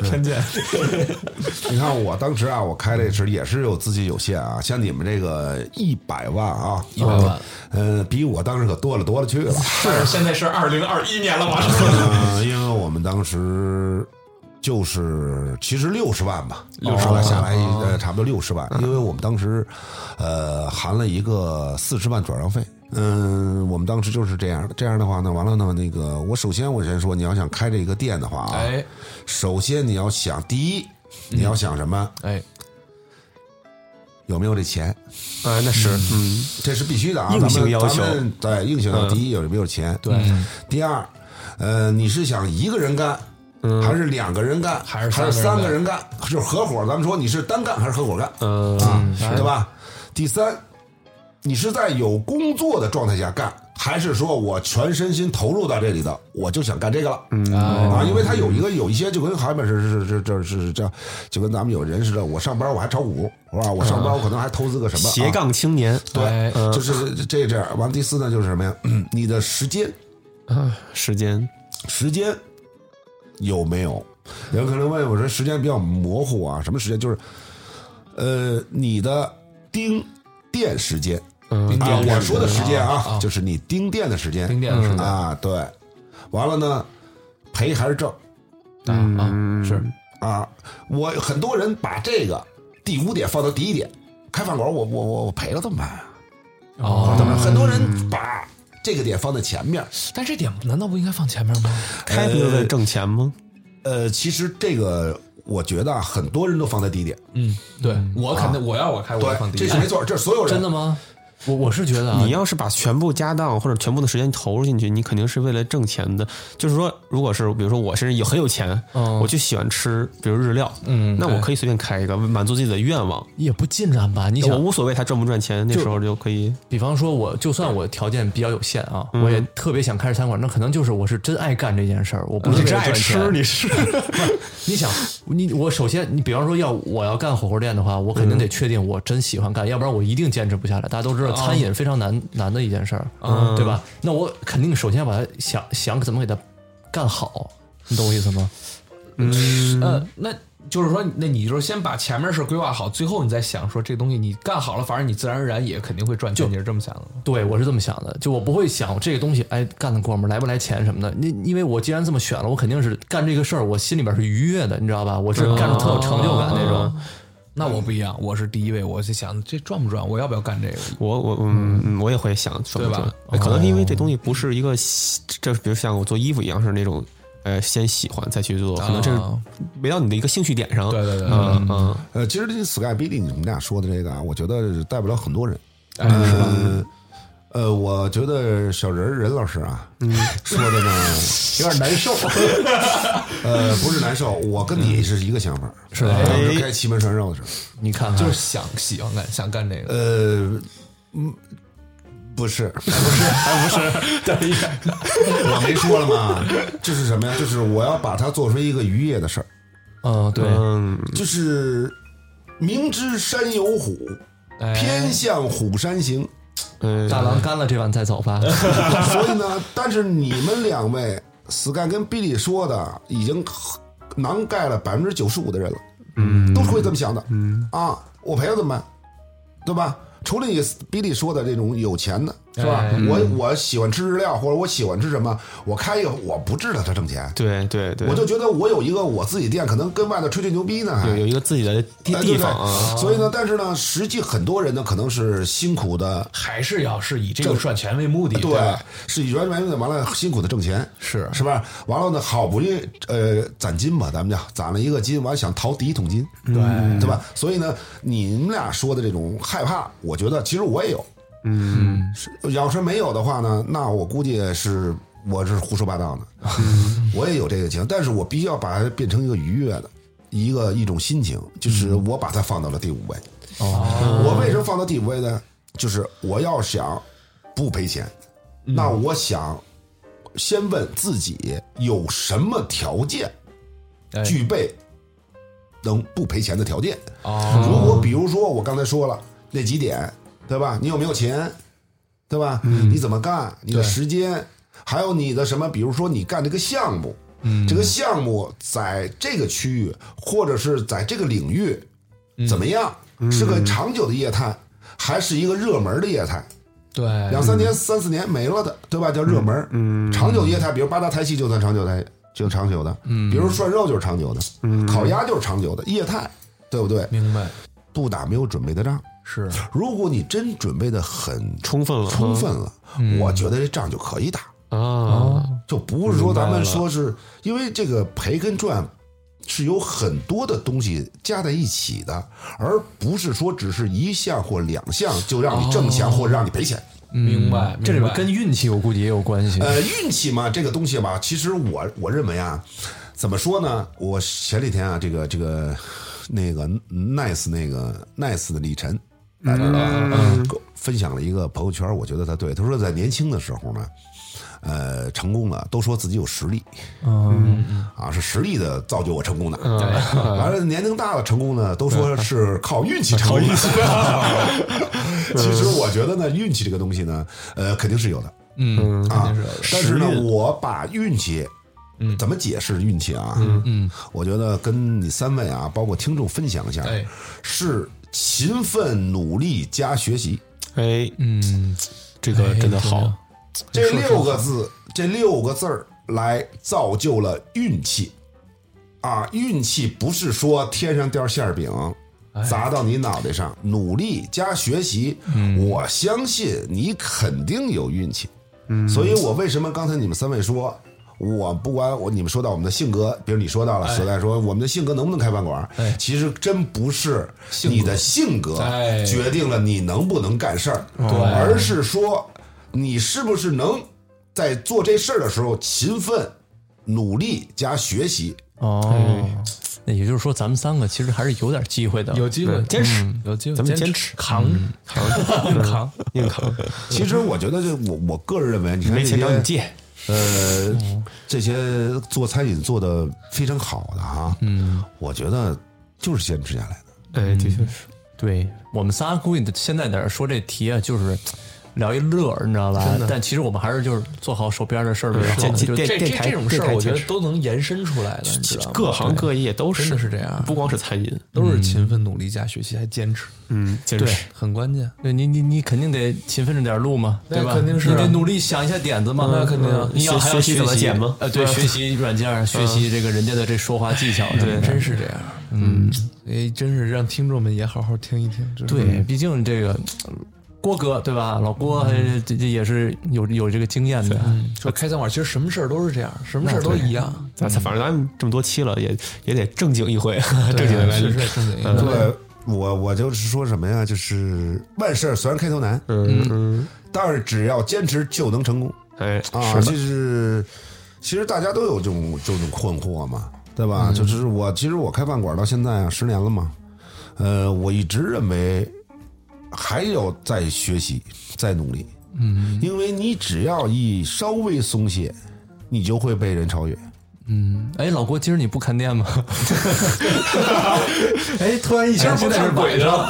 B: 陈建，
E: 你看我当时啊，我开这时也是有资金有限啊，像你们这个一百万啊，一
B: 100万，
E: 嗯，比我当时可多了多了去了。
B: 是现在是二零二一年了嘛？
E: 嗯，因为我们当时就是其实六十万吧，六十万下来呃差不多六十万，因为我们当时呃含了一个四十万转让费。嗯，我们当时就是这样的。这样的话呢，完了呢，那个我首先我先说，你要想开这个店的话啊，
B: 哎
E: 首先你要想第一，你要想什么，
B: 哎，
E: 有没有这钱，
C: 啊，那是，嗯，
E: 这是必须的啊。
C: 硬
E: 咱们
C: 性要求
E: 咱们对硬性要求，第一有没有钱，对。第二，呃，你是想一个人干，还是两个人干，
B: 还
E: 还
B: 是三
E: 三
B: 个
E: 个
B: 人
E: 人干，就是合伙？咱们说你是单干还是合伙干
C: 呃，
E: 啊？
B: 是
E: 对吧？第三，你是在有工作的状态下干，还是说我全身心投入到这里的，我就想干这个了？啊，因为他有一个有一些就跟韩本是是是是是这样，就跟咱们有人似的，我上班我还炒股是吧？我上班我可能还投资个什么啊
C: 斜杠青年，
B: 哎
E: 对，就是这这这样。完了，第四呢就是什么呀？嗯你的时间
C: 时间，
E: 时间有没有？有可能问我说时间比较模糊啊，什么时间？就是呃，你的盯店时间
B: 冰
E: 啊，
B: 店
E: 我说的时间
B: 啊
E: 啊，就是你盯店的时间，
B: 冰店的时间
E: 啊，对。完了呢，赔还是挣
B: 啊，是
E: 啊？我很多人把这个第五点放到第一点，开饭馆我我我我赔了怎么办啊？
B: 哦，
E: 怎么很多人把这个点放在前面，
B: 但这点难道不应该放前面吗？
C: 开不就为了挣钱吗？
E: 呃，其实这个我觉得啊，很多人都放在第一点，
B: 嗯，对我肯定，我要我开，我要放
E: 对，
B: 第
E: 这
B: 一
E: 是没。错，这是所有人
D: 真的吗？我我是觉得啊
C: 你要是把全部家当或者全部的时间投入进去，你肯定是为了挣钱的。就是说，如果是比如说我身上有很有钱，我就喜欢吃，比如日料，嗯，那我可以随便开一个，满足自己的愿望。
D: 也不尽然吧？你
C: 我
D: 想，
C: 无所谓他赚不赚钱，那时候就可以。
D: 比方说我，就算我条件比较有限啊，我也特别想开着餐馆，那可能就是我是真爱干这件事儿，我不
C: 嗯
D: 是为了赚钱。
C: 你是
D: 你想，你我首先，你比方说要我要干火锅店的话，我肯定得确定我真喜欢干，要不然我一定坚持不下来。大家都知道，餐饮非常难、难的一件事儿，对吧？那我肯定首先要把它想想怎么给它干好，你懂我意思吗？
B: 呃，那就是说，那你就是先把前面事儿规划好，最后你再想说这东西你干好了，反正你自然而然也肯定会赚钱，你是这么想的吗？
D: 对，我是这么想的，就我不会想这个东西，哎，干得过吗？来不来钱什么的。那因为我既然这么选了，我肯定是干这个事儿，我心里边是愉悦的，你知道吧？我是干着特有成就感
B: 嗯
D: 那种。
B: 那我不一样，我是第一位，我就想这赚不赚，我要不要干这个？
C: 我我嗯嗯，我也会想说
B: 对
C: 不
B: 吧
C: 准，哎可能是因为这东西不是一个喜，这比如像我做衣服一样是那种。呃，先喜欢再去做，可能这是
B: 啊
C: 围绕你的一个兴趣点上。
B: 对对对
C: 嗯嗯，
E: 呃，其实这 Sky B D 你们俩说的这个啊，我觉得带不了很多人。
B: 哎，是吧？
E: 嗯，呃，我觉得小人儿任老师啊，说的呢有点难受。
B: 嗯
E: 呃，不是难受，我跟你是一个想法，是的，该奇门传绕的事儿。
D: 你看看，
B: 就是想喜欢干，想干这个。
E: 呃，嗯，不是，不是， 还不是，我没说了吗？就是什么呀？就是我要把它做成一个愉悦的事儿，
D: 嗯，对，
E: 就是明知山有虎，
B: 呃哎
E: 偏向虎山行。
C: 嗯
D: 大郎干了这碗再走吧。
B: 嗯
E: 所以呢，但是你们两位 Sky 跟 Billy 说的已经囊盖了百分之九十五的人了，嗯，都会这么想的，嗯啊，我赔了怎么办？对吧？除了你 Billy 说的这种有钱的，是吧？我我喜欢吃日料，或者我喜欢吃什么，我开一个，我不知道他挣钱，
C: 对对对，
E: 我就觉得我有一个我自己店，可能跟外头吹吹牛逼呢，还
C: 有有一个自己的地
E: 哎对
C: 地
E: 不对
C: 方啊。
E: 所以呢，但是呢，实际很多人呢，可能是辛苦的，
B: 还是要是以这个赚钱为目的，对
E: 对
B: 吧？，
E: 是原来完了辛苦的挣钱，
B: 是
E: 是吧？完了呢，好不容易呃攒金吧，咱们讲攒了一个金，完了想淘第一桶金，对对吧？所以呢，你们俩说的这种害怕，我觉得其实我也有，嗯，要是没有的话呢，那我估计是我是胡说八道呢，我也有这个情，但是我必须要把它变成一个愉悦的。一个一种心情，就是我把它放到了第五位。我为什么放到第五位呢？就是我要想不赔钱，那我想先问自己有什么条件
B: 哎
E: 具备能不赔钱的条件。
B: 哦，
E: 如果比如说我刚才说了那几点，对吧？你有没有钱，对吧？
B: 嗯
E: 你怎么干？你的时间，还有你的什么？比如说你干这个项目，
B: 嗯
E: 这个项目在这个区域或者是在这个领域
B: 嗯
E: 怎么样？是个长久的业态，还是一个热门的业态？
B: 对，
E: 两三年、三四年没了的，对吧？叫热门。哎嗯，长久业态，比如八大台戏就算长久台，就长久的。嗯，比如涮肉就是长久的，嗯，烤鸭就是长久的业态，对不对？
B: 明白
E: 不打没有准备的仗。
B: 是
E: 如果你真准备的很
C: 充分了，
E: 充分了，我觉得这仗就可以打，
C: 啊，
E: 就不是说咱们说是因为这个赔跟赚。是有很多的东西加在一起的，而不是说只是一项或两项就让你挣钱或者让你赔钱。
B: 明白，
D: 这里
B: 明
D: 边
B: 白嗯
D: 跟运气我估计也有关系。
E: 呃，运气嘛，这个东西吧，其实我我认为啊，怎么说呢？我前几天啊，这个这个那个 nice 那个 nice 的李晨，大家知道吧？给我啊分享了一个朋友圈，我觉得他对，他说在年轻的时候呢，呃，成功了，都说自己有实力，嗯啊，是实力的造就我成功的。 完了，年龄大了成功呢，都说是靠运气成功的。 其实我觉得呢，运气这个东西呢，呃，肯定是有的。
B: 嗯
E: 啊
B: 肯定是有的，
E: 但是呢，我把运气，嗯，怎么解释运气啊？嗯嗯，我觉得跟你三位啊，包括听众分享一下
B: 哎，
E: 是勤奋努力加学习
C: 哎，
B: 嗯，
C: 这个真的
B: 哎
C: 好
B: 对，
E: 这六个字，这六个字儿来造就了运气啊！运气不是说天上掉馅儿饼。砸到你脑袋上，努力加学习，我相信你肯定有运气。所以我为什么刚才你们三位说，我不管我你们说到我们的性格，比如你说到了时代说我们的性格能不能开饭馆，其实真不是你的哎性格
B: 哎
E: 决定了你能不能干事儿，
C: 哦
E: 而是说你是不是能在做这事儿的时候勤奋、努力加学习。
D: 哦，那也就是说，咱们三个其实还是有点机会的。
B: 有机会坚持，有机会，
C: 咱
B: 嗯
C: 们
B: 坚
C: 坚持
B: 扛扛硬扛，
C: 硬扛，
E: 其实我觉得这我我个人认为，你看
C: 没
E: 这些
C: 钱找你借，
E: 呃，这些做餐饮做的非常好的哈，嗯，我觉得就是坚持下来的。
C: 嗯哎，的确是，
D: 对我们仨估计现在在这说这题啊，就是聊一乐儿，你知道吧？但其实我们还是就是做好手边的事儿比较
C: 这
D: 好。
C: 这
D: 就
B: 这
D: 电
B: 这
D: 电台
B: 这种事
D: 电
B: 儿，
D: 台
B: 我觉得
D: 切实
B: 都能延伸出来的，你知道吗？
C: 各行各业都
B: 真的是这样
C: 不光是餐饮，
B: 都是勤奋努力加学习，还坚持，
C: 嗯，坚持。
B: 很关键。
D: 对你你你肯定得勤奋着点录嘛，
B: 那
D: 对吧？
B: 肯定是
D: 你得努力想一下点子嘛。
B: 那肯定啊
D: 啊嗯你要
C: 学
D: 还要
C: 学习怎么
D: 学
C: 剪嘛
D: 呃，对，学习软件儿，学习这个人家的这说话技巧，对
B: 真是这样，嗯，哎，真是让听众们也好好听一听。这
D: 对，毕竟这个嗯呃嗯郭哥对吧？老郭还是这这也是有有这个经验的。
B: 说开餐馆，其实什么事儿都是这样，什么事儿都一样，
C: 咱反正咱们这么多期了，也也得正经一回， 正
B: 对
C: 经的来。
B: 是是正经一点。
E: 对，我我就是说什么呀？就是万事虽然开头难，
C: 嗯嗯，
E: 但是只要坚持就能成功
C: 哎，
E: 啊！
C: 是
E: 就
C: 的，
E: 是其实大家都有这种这种困惑嘛，对吧？就是我其实我开饭馆到现在啊十年了嘛，呃，我一直认为还有在学习，在努力，嗯，因为你只要一稍微松懈，你就会被人超越。
D: 哎，老郭，今儿你不看店吗？ 哎，突然一下现在是拐上，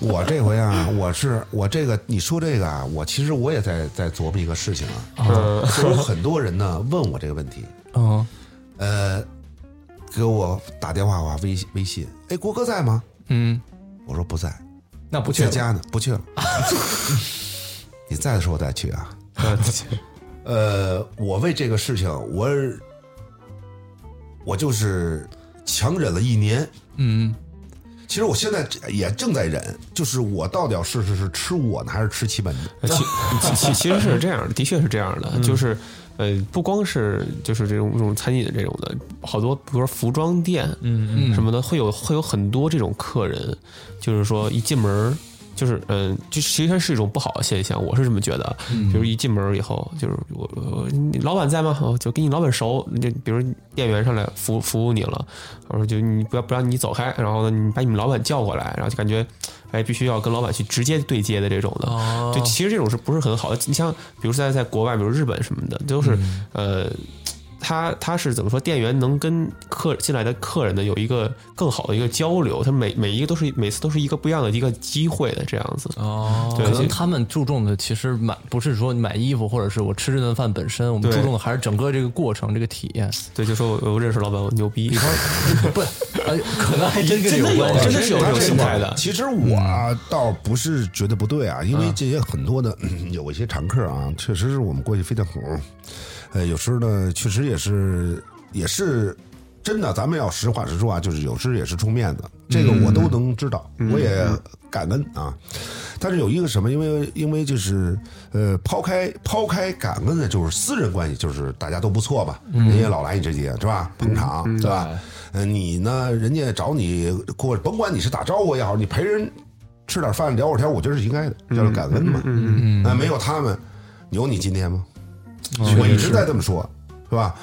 E: 我这回啊，我是我这个你说这个啊，我其实我也在在琢磨一个事情啊，就有很多人呢问我这个问题，
D: 嗯，
E: 呃，给我打电话哇，微信微信，哎，郭哥在吗？
D: 嗯，
E: 我说不在，
D: 那不
E: 不
D: 去
E: 在
D: 了
E: 家呢，不去了。 你在的时候再去 啊。呃，我为这个事情，我我就是强忍了一年。
D: 嗯，
E: 其实我现在也正在忍，就是我到底要试试是吃我呢，还是吃七本呢？
C: 其其其其实是这样的，的确是这样的，就是呃，不光是就是这种这种餐饮这种的，好多比如说服装店，嗯嗯，什么的，会有会有很多这种客人，就是说一进门儿。就是嗯，就其实是一种不好的现象，我是这么觉得。比如一进门儿以后，就是我我你老板在吗？哦，就跟你老板熟，就比如店员上来服服务你了，然后就你不要不让你走开，然后呢，你把你们老板叫过来，然后就感觉哎，必须要跟老板去直接对接的这种的。
B: 哦
C: 就其实这种是不是很好的？你像比如在在国外，比如日本什么的，就是、呃，他他是怎么说？店员能跟客进来的客人呢有一个更好的一个交流，他每每一个都是每次都是一个不一样的一个机会的这样子。
B: 哦，
C: 对
D: 可，能
C: 其
D: 他们注重的其实买不是说你买衣服或者是我吃这顿饭本身，我们
C: 对
D: 注重的还是整个这个过程这个体验。
C: 对，就说我我认识老板，我牛逼，
D: 不，哎，可能还真跟
C: 真的
D: 有
C: 有真
D: 关系
C: 哦的是有这种心态的
E: 其实我啊倒不是觉得不对啊，因为这些很多的嗯有一些常客啊，确实是我们过去非常红，呃，有时候呢，确实也是也是真的，咱们要实话实说啊，就是有时也是冲面子，这个我都能知道，我也感恩啊。但是有一个什么，因为因为就是呃，抛开抛开感恩的，就是私人关系，就是大家都不错吧，
C: 嗯
E: 人家老来你这节是吧，捧场、对吧？呃，你呢，人家找你过，甭管你是打招呼也好，你陪人吃点饭聊会儿天，我觉得是应该的，叫做感恩嘛。嗯嗯，哦没有他们，有你今天吗？我一直在这么说，是吧？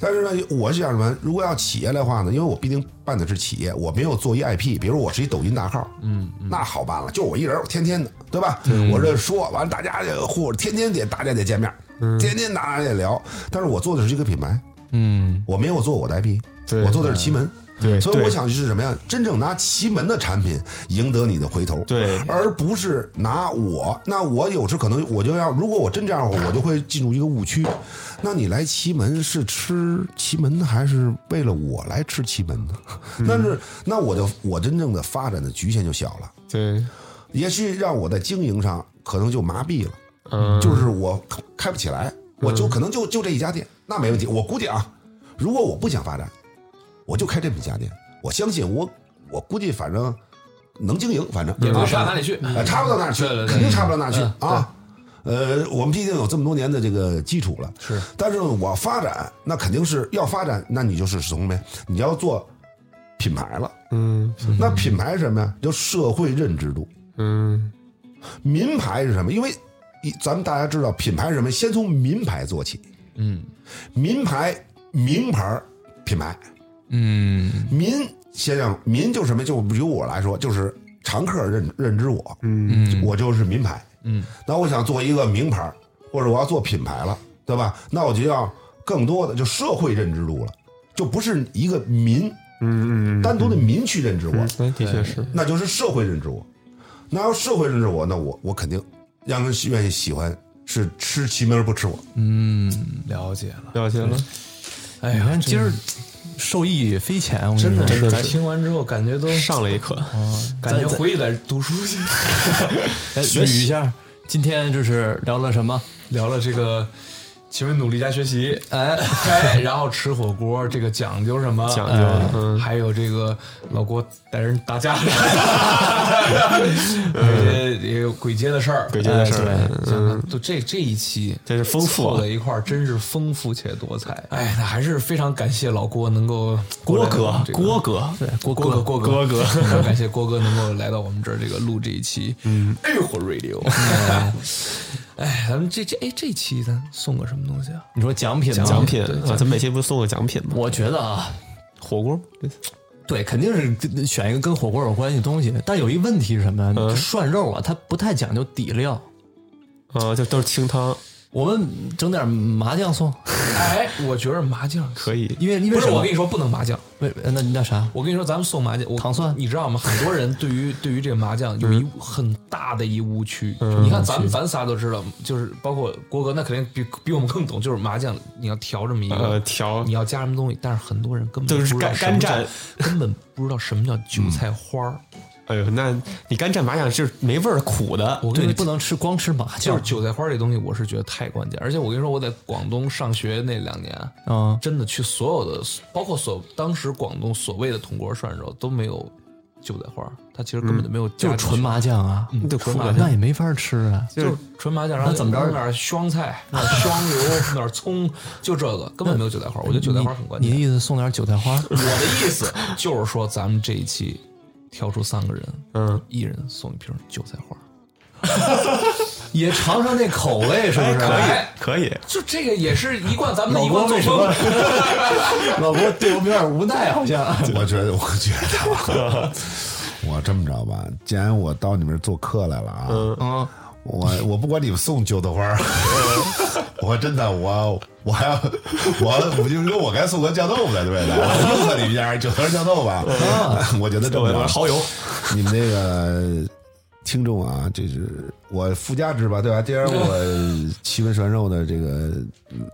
E: 但是呢，我是想什么？如果要企业的话呢，因为我毕竟办的是企业，我没有做一 IP，比如我是一抖音大号，嗯，那好办了，就我一人，天天的，对吧？我这说完，大家就或者天天得大家得见面，天天大家得聊。但是我做的是一个品牌，嗯，我没有做我的 IP，我做的是奇门。
C: 对
E: 所以
C: 对
E: 我想的是什么呀？真正拿奇门的产品赢得你的回头，
C: 对
E: 而不是拿我。那我有时可能我就要，如果我真这样，我就会进入一个误区。那你来奇门是吃奇门呢，还是为了我来吃奇门呢？
C: 嗯
E: 但是那我就我真正的发展的局限就小了，
C: 对，
E: 也许让我在经营上可能就麻痹了。
C: 嗯，
E: 就是我开不起来，我
B: 嗯
E: 就可能就就这一家店，那没问题。我估计啊，如果我不想发展，我就开这么一家店。我相信我，我估计反正能经营，反正
B: 也不
E: 啊
B: 差到哪里去
E: 呃差不到哪儿去
B: 对对，对嗯
E: 肯定差不到哪儿去啊。呃，我们毕竟有这么多年的这个基础了，
B: 是。
E: 但是我发展，那肯定是要发展，那你就是从呗，你要做品牌了。
C: 嗯
E: 那品牌是什么呀？叫社会认知度。
C: 嗯，
E: 民牌是什么？因为一咱们大家知道，品牌是什么？先从民牌做起。
B: 嗯，
E: 民牌、名牌、品牌，
B: 嗯，
E: 民先让民就是什么？就比如我来说，就是常客认认知我，嗯，我就是民牌，嗯。那我想做一个名牌，或者我要做品牌了，对吧？那我就要更多的就社会认知度了，就不是一个民，嗯嗯，单独的民去认知我，
C: 哎，的确是，
E: 那就是社会认知我。那要社会认知我，那我我肯定让人愿意喜欢是吃其名而不吃我。
B: 嗯，了解了。
C: 了解了，
B: 哎
D: 你
B: 呀，
D: 看
B: 今
D: 今
B: 儿
D: 儿受益匪浅，我跟你
B: 真的是
D: 说
B: 咱听完之后，感觉都
C: 上了一课。
B: 感觉回去得读书 去。
D: 哎捋一下。今天就是聊了什么？
B: 聊了这个，勤奋努力加学习，哎， 哎然后吃火锅这个讲究什么？
C: 讲究
B: 哎
C: 嗯
B: 还有这个老郭带人打 架，而且也有嗯鬼街的事儿，
C: 鬼街的事儿
B: 哎对想想都这这一期
C: 真是丰富啊
B: 凑在一块儿，真是丰富且多彩。哎，那还是非常感谢老郭能够
C: 郭
B: 过来
C: 哥
B: 这，个
C: 郭哥，
B: 郭哥，郭哥，
C: 郭 哥
B: 非常感谢郭哥能够来到我们这儿，这个录这一期，嗯，哎呦火 radio，哎，咱们这这哎这期咱送个什么东西啊？
D: 你说奖品吗？
C: 奖品啊，咱每期不是送个奖品吗？
D: 我觉得啊，
C: 火锅，
D: 对，肯定是跟选一个跟火锅有关系的东西。但有一问题是什么呀？
C: 嗯
D: 涮肉啊，它不太讲究底料。
C: 啊，就都是清汤，
D: 我们整点麻酱送，
B: 哎，我觉得麻酱
C: 可以
D: 因为因为
B: 不是
D: 什
B: 我
D: 么
B: 跟？你说不能麻酱，
D: 为那那啥？
B: 我跟你说咱们送麻酱，我
D: 糖蒜
B: 你知道吗？很多人对于 对于这个麻酱有一很大的一误区，你看咱咱仨都知道，就是包括郭哥，那肯定比比我们更懂，就是麻酱你要调这么一
C: 呃
B: 个
C: 调
B: 你要加什么东西，但是很多人根本
C: 就是
B: 不知道
C: 干
B: 什么
C: 干
B: 叫
C: 蘸，
B: 根本不知道什么叫韭菜花儿。
C: 哎呦，那你干蘸麻酱就是没味儿，苦的。
B: 我跟
D: 对
B: 你
D: 你
B: 说
D: 不能吃光吃麻
B: 就是，
D: 酱
B: 韭菜花儿这东西，我是觉得太关键。而且我跟你说，我在广东上学那两年，啊
D: 嗯
B: 真的去所有的，包括所当时广东所谓的铜锅涮肉都没有韭菜花儿，它其实根本就没有
D: 就
B: 加进去，
D: 是纯麻酱啊，
C: 对
D: 纯
C: 苦的
D: 麻那也没法吃啊。
B: 就是纯麻酱，然
D: 那
B: 后
D: 怎么着
B: 弄点香菜，弄点香油，弄点葱，就这个根本没有韭菜花儿。我觉得韭菜花儿很关
D: 你
B: 键
D: 的。意思送点韭菜花？
B: 我的意思就是说，咱们这一期挑出三个人，
C: 嗯，
B: 一人送一瓶韭菜花儿。
D: 也尝尝那口味是不啊是？
B: 哎
C: 可以，
B: 就这个也是一贯咱们的一
D: 老
B: 贯作
D: 郭为什么
B: 风。？
D: 老郭对我们有点无奈，好像。
E: 我觉得，我觉得啊， 我这么着吧，既然我到你们这儿做客来了啊，
D: 嗯，
E: 我我不管你们送韭菜花儿，
D: 嗯
E: 我真的我我还要我我就说我该送个酱豆腐的，对不对？我送给你们家韭菜花酱豆腐吧，
D: 嗯
E: 我觉得这么着，
C: 蚝油，
E: 你们那个听众啊，这是我附加值吧，对吧？既然我奇闻传授的这个嗯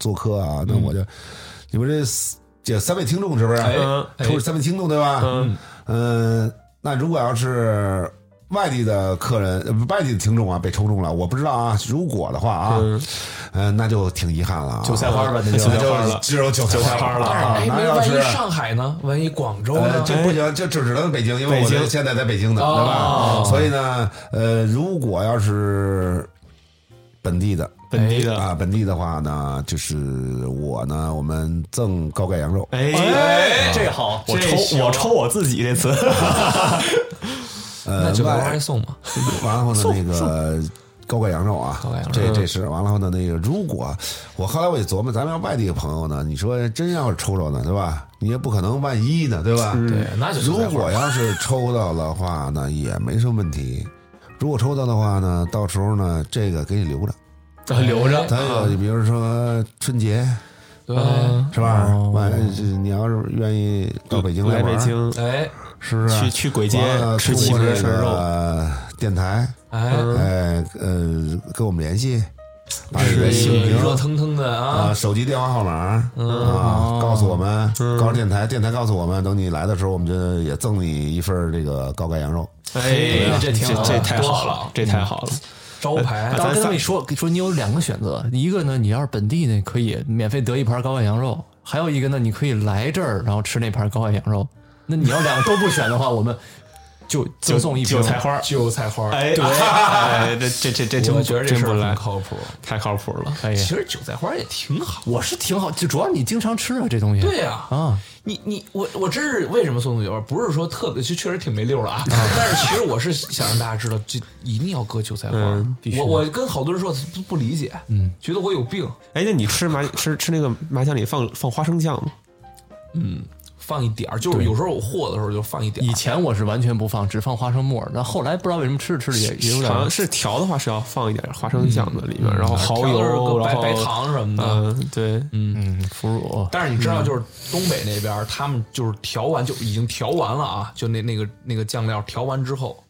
E: 做客啊，那我就、你们这四这三位听众是不是？
C: 嗯
E: 都是三位听众对吧？嗯那如果要是外地的客人、呃不外地的听众啊被抽中了，我不知道啊，如果的话啊，嗯、那就挺遗憾了啊，
D: 韭菜花吧，那
C: 韭菜
D: 就
C: 花
E: 就
C: 了
E: 只有韭菜花了啊
B: 哎，，
E: 那
B: 没有
E: 要
B: 万
E: 是
B: 一上海呢？万一广州
E: 呃，
B: 呢？
E: 这不行，这只能北京，因为我
C: 哦哎北京哦
E: 这现在在北京呢，对吧？所以呢，呃，如果要是本地的
C: 本地的，
E: 啊，本地的话呢，就是我呢，我们赠高钙羊肉，
C: 哎，
D: 这好，
C: 我抽我抽我自己这 次，
E: 呃
B: 那，韭菜花
E: 外
B: 还送吗？
E: 完了后呢，那个高钙羊肉啊
B: 高钙羊，肉
E: 这这是完了后呢，那个如果我后来我也琢磨，咱们要外地的朋友呢，你说真要是抽着呢，对吧？你也不可能万一呢，对吧？对
B: 那就韭
E: 如
B: 菜花
E: 果要是抽到的话呢，也没什么问题。如果抽到的话呢，到时候呢，这个给你留着。
B: 留着
E: 咱有比如说春节
B: 哎对，
E: 是吧？完了，这你要是愿意到北京来
C: 来
E: 玩
C: 北，京
B: 哎
E: 是不是？
C: 去去鬼街
E: 完了
C: 吃
E: 通
C: 西
E: 过
C: 门
E: 这
C: 涮肉，
E: 个电台，
B: 哎，
E: 哎呃，跟我们联系，把你
B: 这
E: 的姓
B: 个
E: 名
B: 热腾腾的
E: 啊，
B: 啊，
E: 手机电话号码啊，告诉我们，告诉电台，电台告诉我们，等你来的时候，我们就也赠你一份儿这个高钙羊肉。
C: 哎，这
B: 挺好
C: 这太
B: 多
C: 好
B: 好
C: 了，嗯这太好了，
B: 招牌。
D: 当时跟他们说说你有两个选择，一个呢，你要是本地的可以免费得一盘高钙羊肉，还有一个呢，你可以来这儿然后吃那盘高钙羊肉。那你要两个都不选的话，我们就赠送一瓶
C: 韭菜花，
B: 韭菜花，
C: 哎，对，哎，这这这这真
B: 我
C: 不
B: 觉得这
C: 真
B: 事
C: 不
B: 儿很
C: 赖，
B: 靠谱。
C: 太靠哎谱了，
D: 可以
B: 其。实韭菜花也挺好。
D: 哎我是挺好，就主要你经常吃啊这东西。
B: 对呀、
D: 啊，
B: 你你我我真是为什么送酒？不是说特别，就确实挺没溜儿的啊。但是其实我是想让大家知道，这一定要搁韭菜花。我我跟好多人说不不理解，嗯，觉得我有病，
C: 哎，那你吃麻吃吃那个麻酱里放放花生酱吗？
B: 放一点儿，就是有时候我和的时候就放一点
D: 以
B: 儿。
D: 前我是完全不放，只放花生沫儿。那后来不知道为什么吃着吃着也也有
C: 好
D: 点
C: 像是调的话是要放一点花生酱的里面，然后蚝
B: 调的时候
C: 油，
B: 搁白
C: 然后
B: 白糖什么的
C: 嗯，对，
D: 嗯腐乳。
B: 但是你知道，就是东北那边儿，他们就是调完就已经调完了啊，就那那个那个酱料调完之后，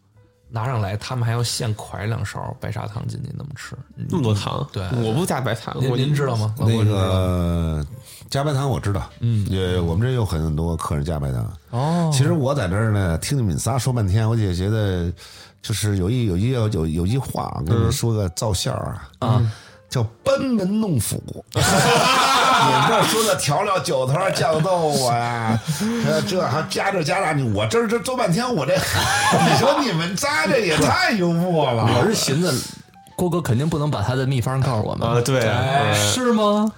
B: 拿上来，他们还要现㧟两勺白砂糖进去那么吃。
C: 那么多糖，
B: 对
C: 我不加白糖，
B: 您
C: 我
B: 您知道吗？
E: 那个加白糖我知道，嗯，也我们这有很多客人加白糖。哦，其实我在这儿呢，听你们仨说半天，我也觉得就是有一有一有有有一句话啊，跟你们说个造笑啊啊，叫班门弄斧。你们这说的调料、酒头、酱豆腐啊，呃这还加这加那，你我这儿这做半天，我这你说你们仨这也太幽默了。
D: 我是寻思，郭哥肯定不能把他的秘方告诉我们，
C: 啊，对，
D: 是吗？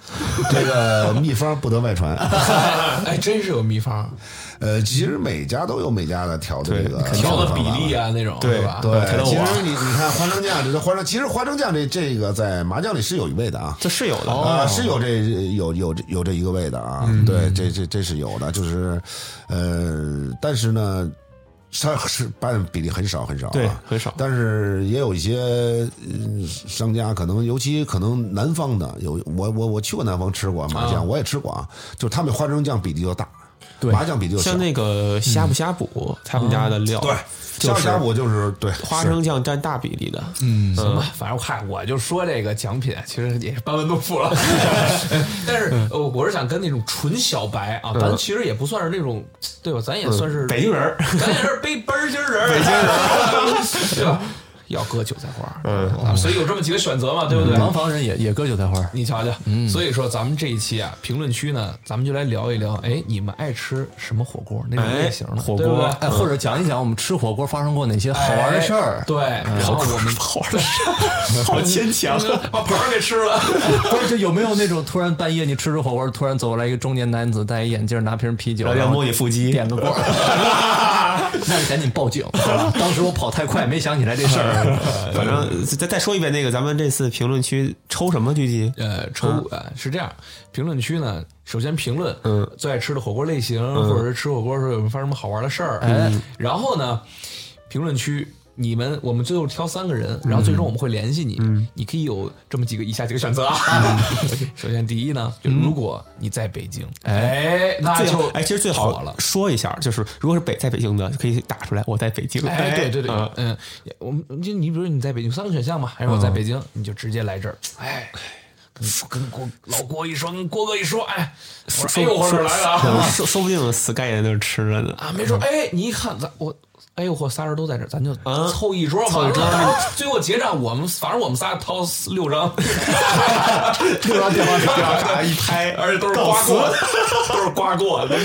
E: 这个秘方不得外传。
B: 哎，真是有秘方，
E: 呃，其实每家都有每家的调的这个
B: 调的
E: 方
B: 比
E: 法
B: 例。啊那种，
C: 对
B: 是吧？
E: 对，其实你你看花生酱，这个花生，其实花生酱这这个在麻酱里是有一味的啊，
C: 这是有
B: 哦
C: 的。
E: 啊是有这有有这有这一个味的啊，对，这这这是有的，就是，呃，但是呢，它是办比例很少很少、啊，
C: 对很少
E: 但是也有一些、呃商家可能，尤其可能南方的有，我我我去过南方吃过麻酱，我也吃过啊，就是他们花生酱比例就大，
D: 对
E: 麻酱比例就小
C: 像。那个呷哺呷哺，他们家的
B: 嗯
C: 料，
E: 对，
C: 就
E: 像
C: 是
E: 家我就是对
C: 花
E: 是
C: 生酱占大比例的，
B: 嗯，行吧，反正我看我就说这个奖品，其实也是班门弄斧了。但是呃我是想跟那种纯小白啊，咱其实也不算是那种，对吧？咱也算是
C: 北京人儿，
B: 咱也是背班儿京人，北京人， 对吧？要割韭菜花，嗯，所以有这么几个选择嘛，对不对？
D: 廊坊人也也割韭菜花儿，
B: 你瞧瞧，所以说咱们这一期啊，评论区呢，咱们就来聊一聊，哎，你们爱吃什么火锅那种类型的
C: 哎火锅
B: 对不对
D: 哎，或者讲一讲我们吃火锅发生过哪些好玩的
B: 嗯
D: 事
B: 哎
D: 儿。
B: 对，然后我们
C: 好 好 牵强，
B: 把盆儿给吃 了。
D: 不 是，就有没有那种突然半夜你吃着火锅，突然走过来一个中年男子，戴一眼镜，拿瓶啤酒，
C: 然后要摸你腹肌，
D: 点个锅， 那就赶紧报警。当时我跑太快，没想起来这事 儿。
B: 嗯
C: 反正呃再再说一遍那个，咱们这次评论区抽什么狙击？
B: 呃，抽
C: 啊
B: 呃是这样，评论区呢，首先评论，嗯，最爱吃的火锅类型，
C: 嗯
B: 或者是吃火锅的时候有没有发生什么好玩的事儿，哎，然后呢，评论区。你们，我们最后挑三个人，然后最终我们会联系你。
C: 嗯
B: 你可以有这么几个以下几个选择啊。 首先，第一呢，就是如果你在北京，哎，那
C: 嗯最
B: 就
C: 好哎，其实最
B: 火了
C: 好说一下，就是如果是北在北京的，就可以打出来，我在北京。
B: 哎，对对对
C: 嗯，
B: 嗯，我们就你比如你在北京三个选项嘛，还是我在北京，你就直接来这儿，哎，跟跟郭老郭一说，跟郭哥一说，哎，我说哎呦，我这儿来了
C: 嗯
B: 啊，
C: 说说不定 Sky 在那儿吃着呢。
B: 啊，没准哎，你一看咱我。哎呦嚯，仨人都在这儿，咱就
C: 啊
B: 凑一桌完了。到时候最后结账，我们反正我们仨掏六张，
C: 对吧？对吧？对吧？咔一拍，
B: 而且都是刮过 的，都是刮过的。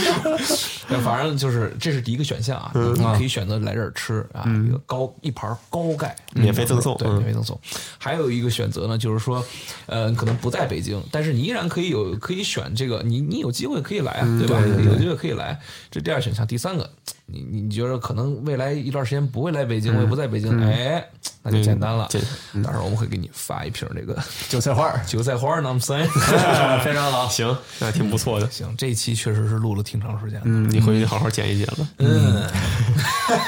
B: 反正就是这是第一个选项啊，
C: 嗯
B: 你可以选择来这儿吃啊，一个高一盘高钙
C: 免费赠送
B: 对，
C: 嗯
B: 免费赠送。还有一个选择呢，就是说，呃，可能不在北京，但是你依然可以有可以选这个，你你有机会可以来啊，
C: 嗯
B: 对吧？有机会可以来，这第二选项。第三个，你你你觉得可能未来一段时间不会来北
C: 嗯
B: 京，我也不在北京，哎，那就简单了。到时候我们会给你发一瓶这个
D: 韭菜花儿，
B: 韭菜花儿，Number Three。
D: 非常好。
C: 行，那挺不错的。
B: 行，这一期确实是录了挺长时间的。
C: 嗯，你回去好好剪一剪了。嗯，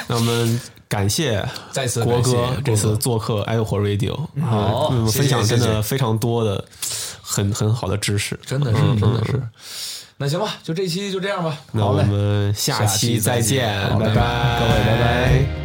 C: 那我们感谢
B: 再次
C: 国
B: 感谢
C: 哥
B: 郭哥
C: 这次做客 i 火 Radio，好，嗯
B: 谢谢
C: 分享真
B: 谢
C: 的非常多的很很好的知识，
B: 真的是，
C: 嗯
B: 真的是。那行吧，就这期就这样吧。
C: 那我们下
B: 下期
C: 期再
B: 再见
C: 见，
B: 好嘞
C: 拜拜，各位拜拜。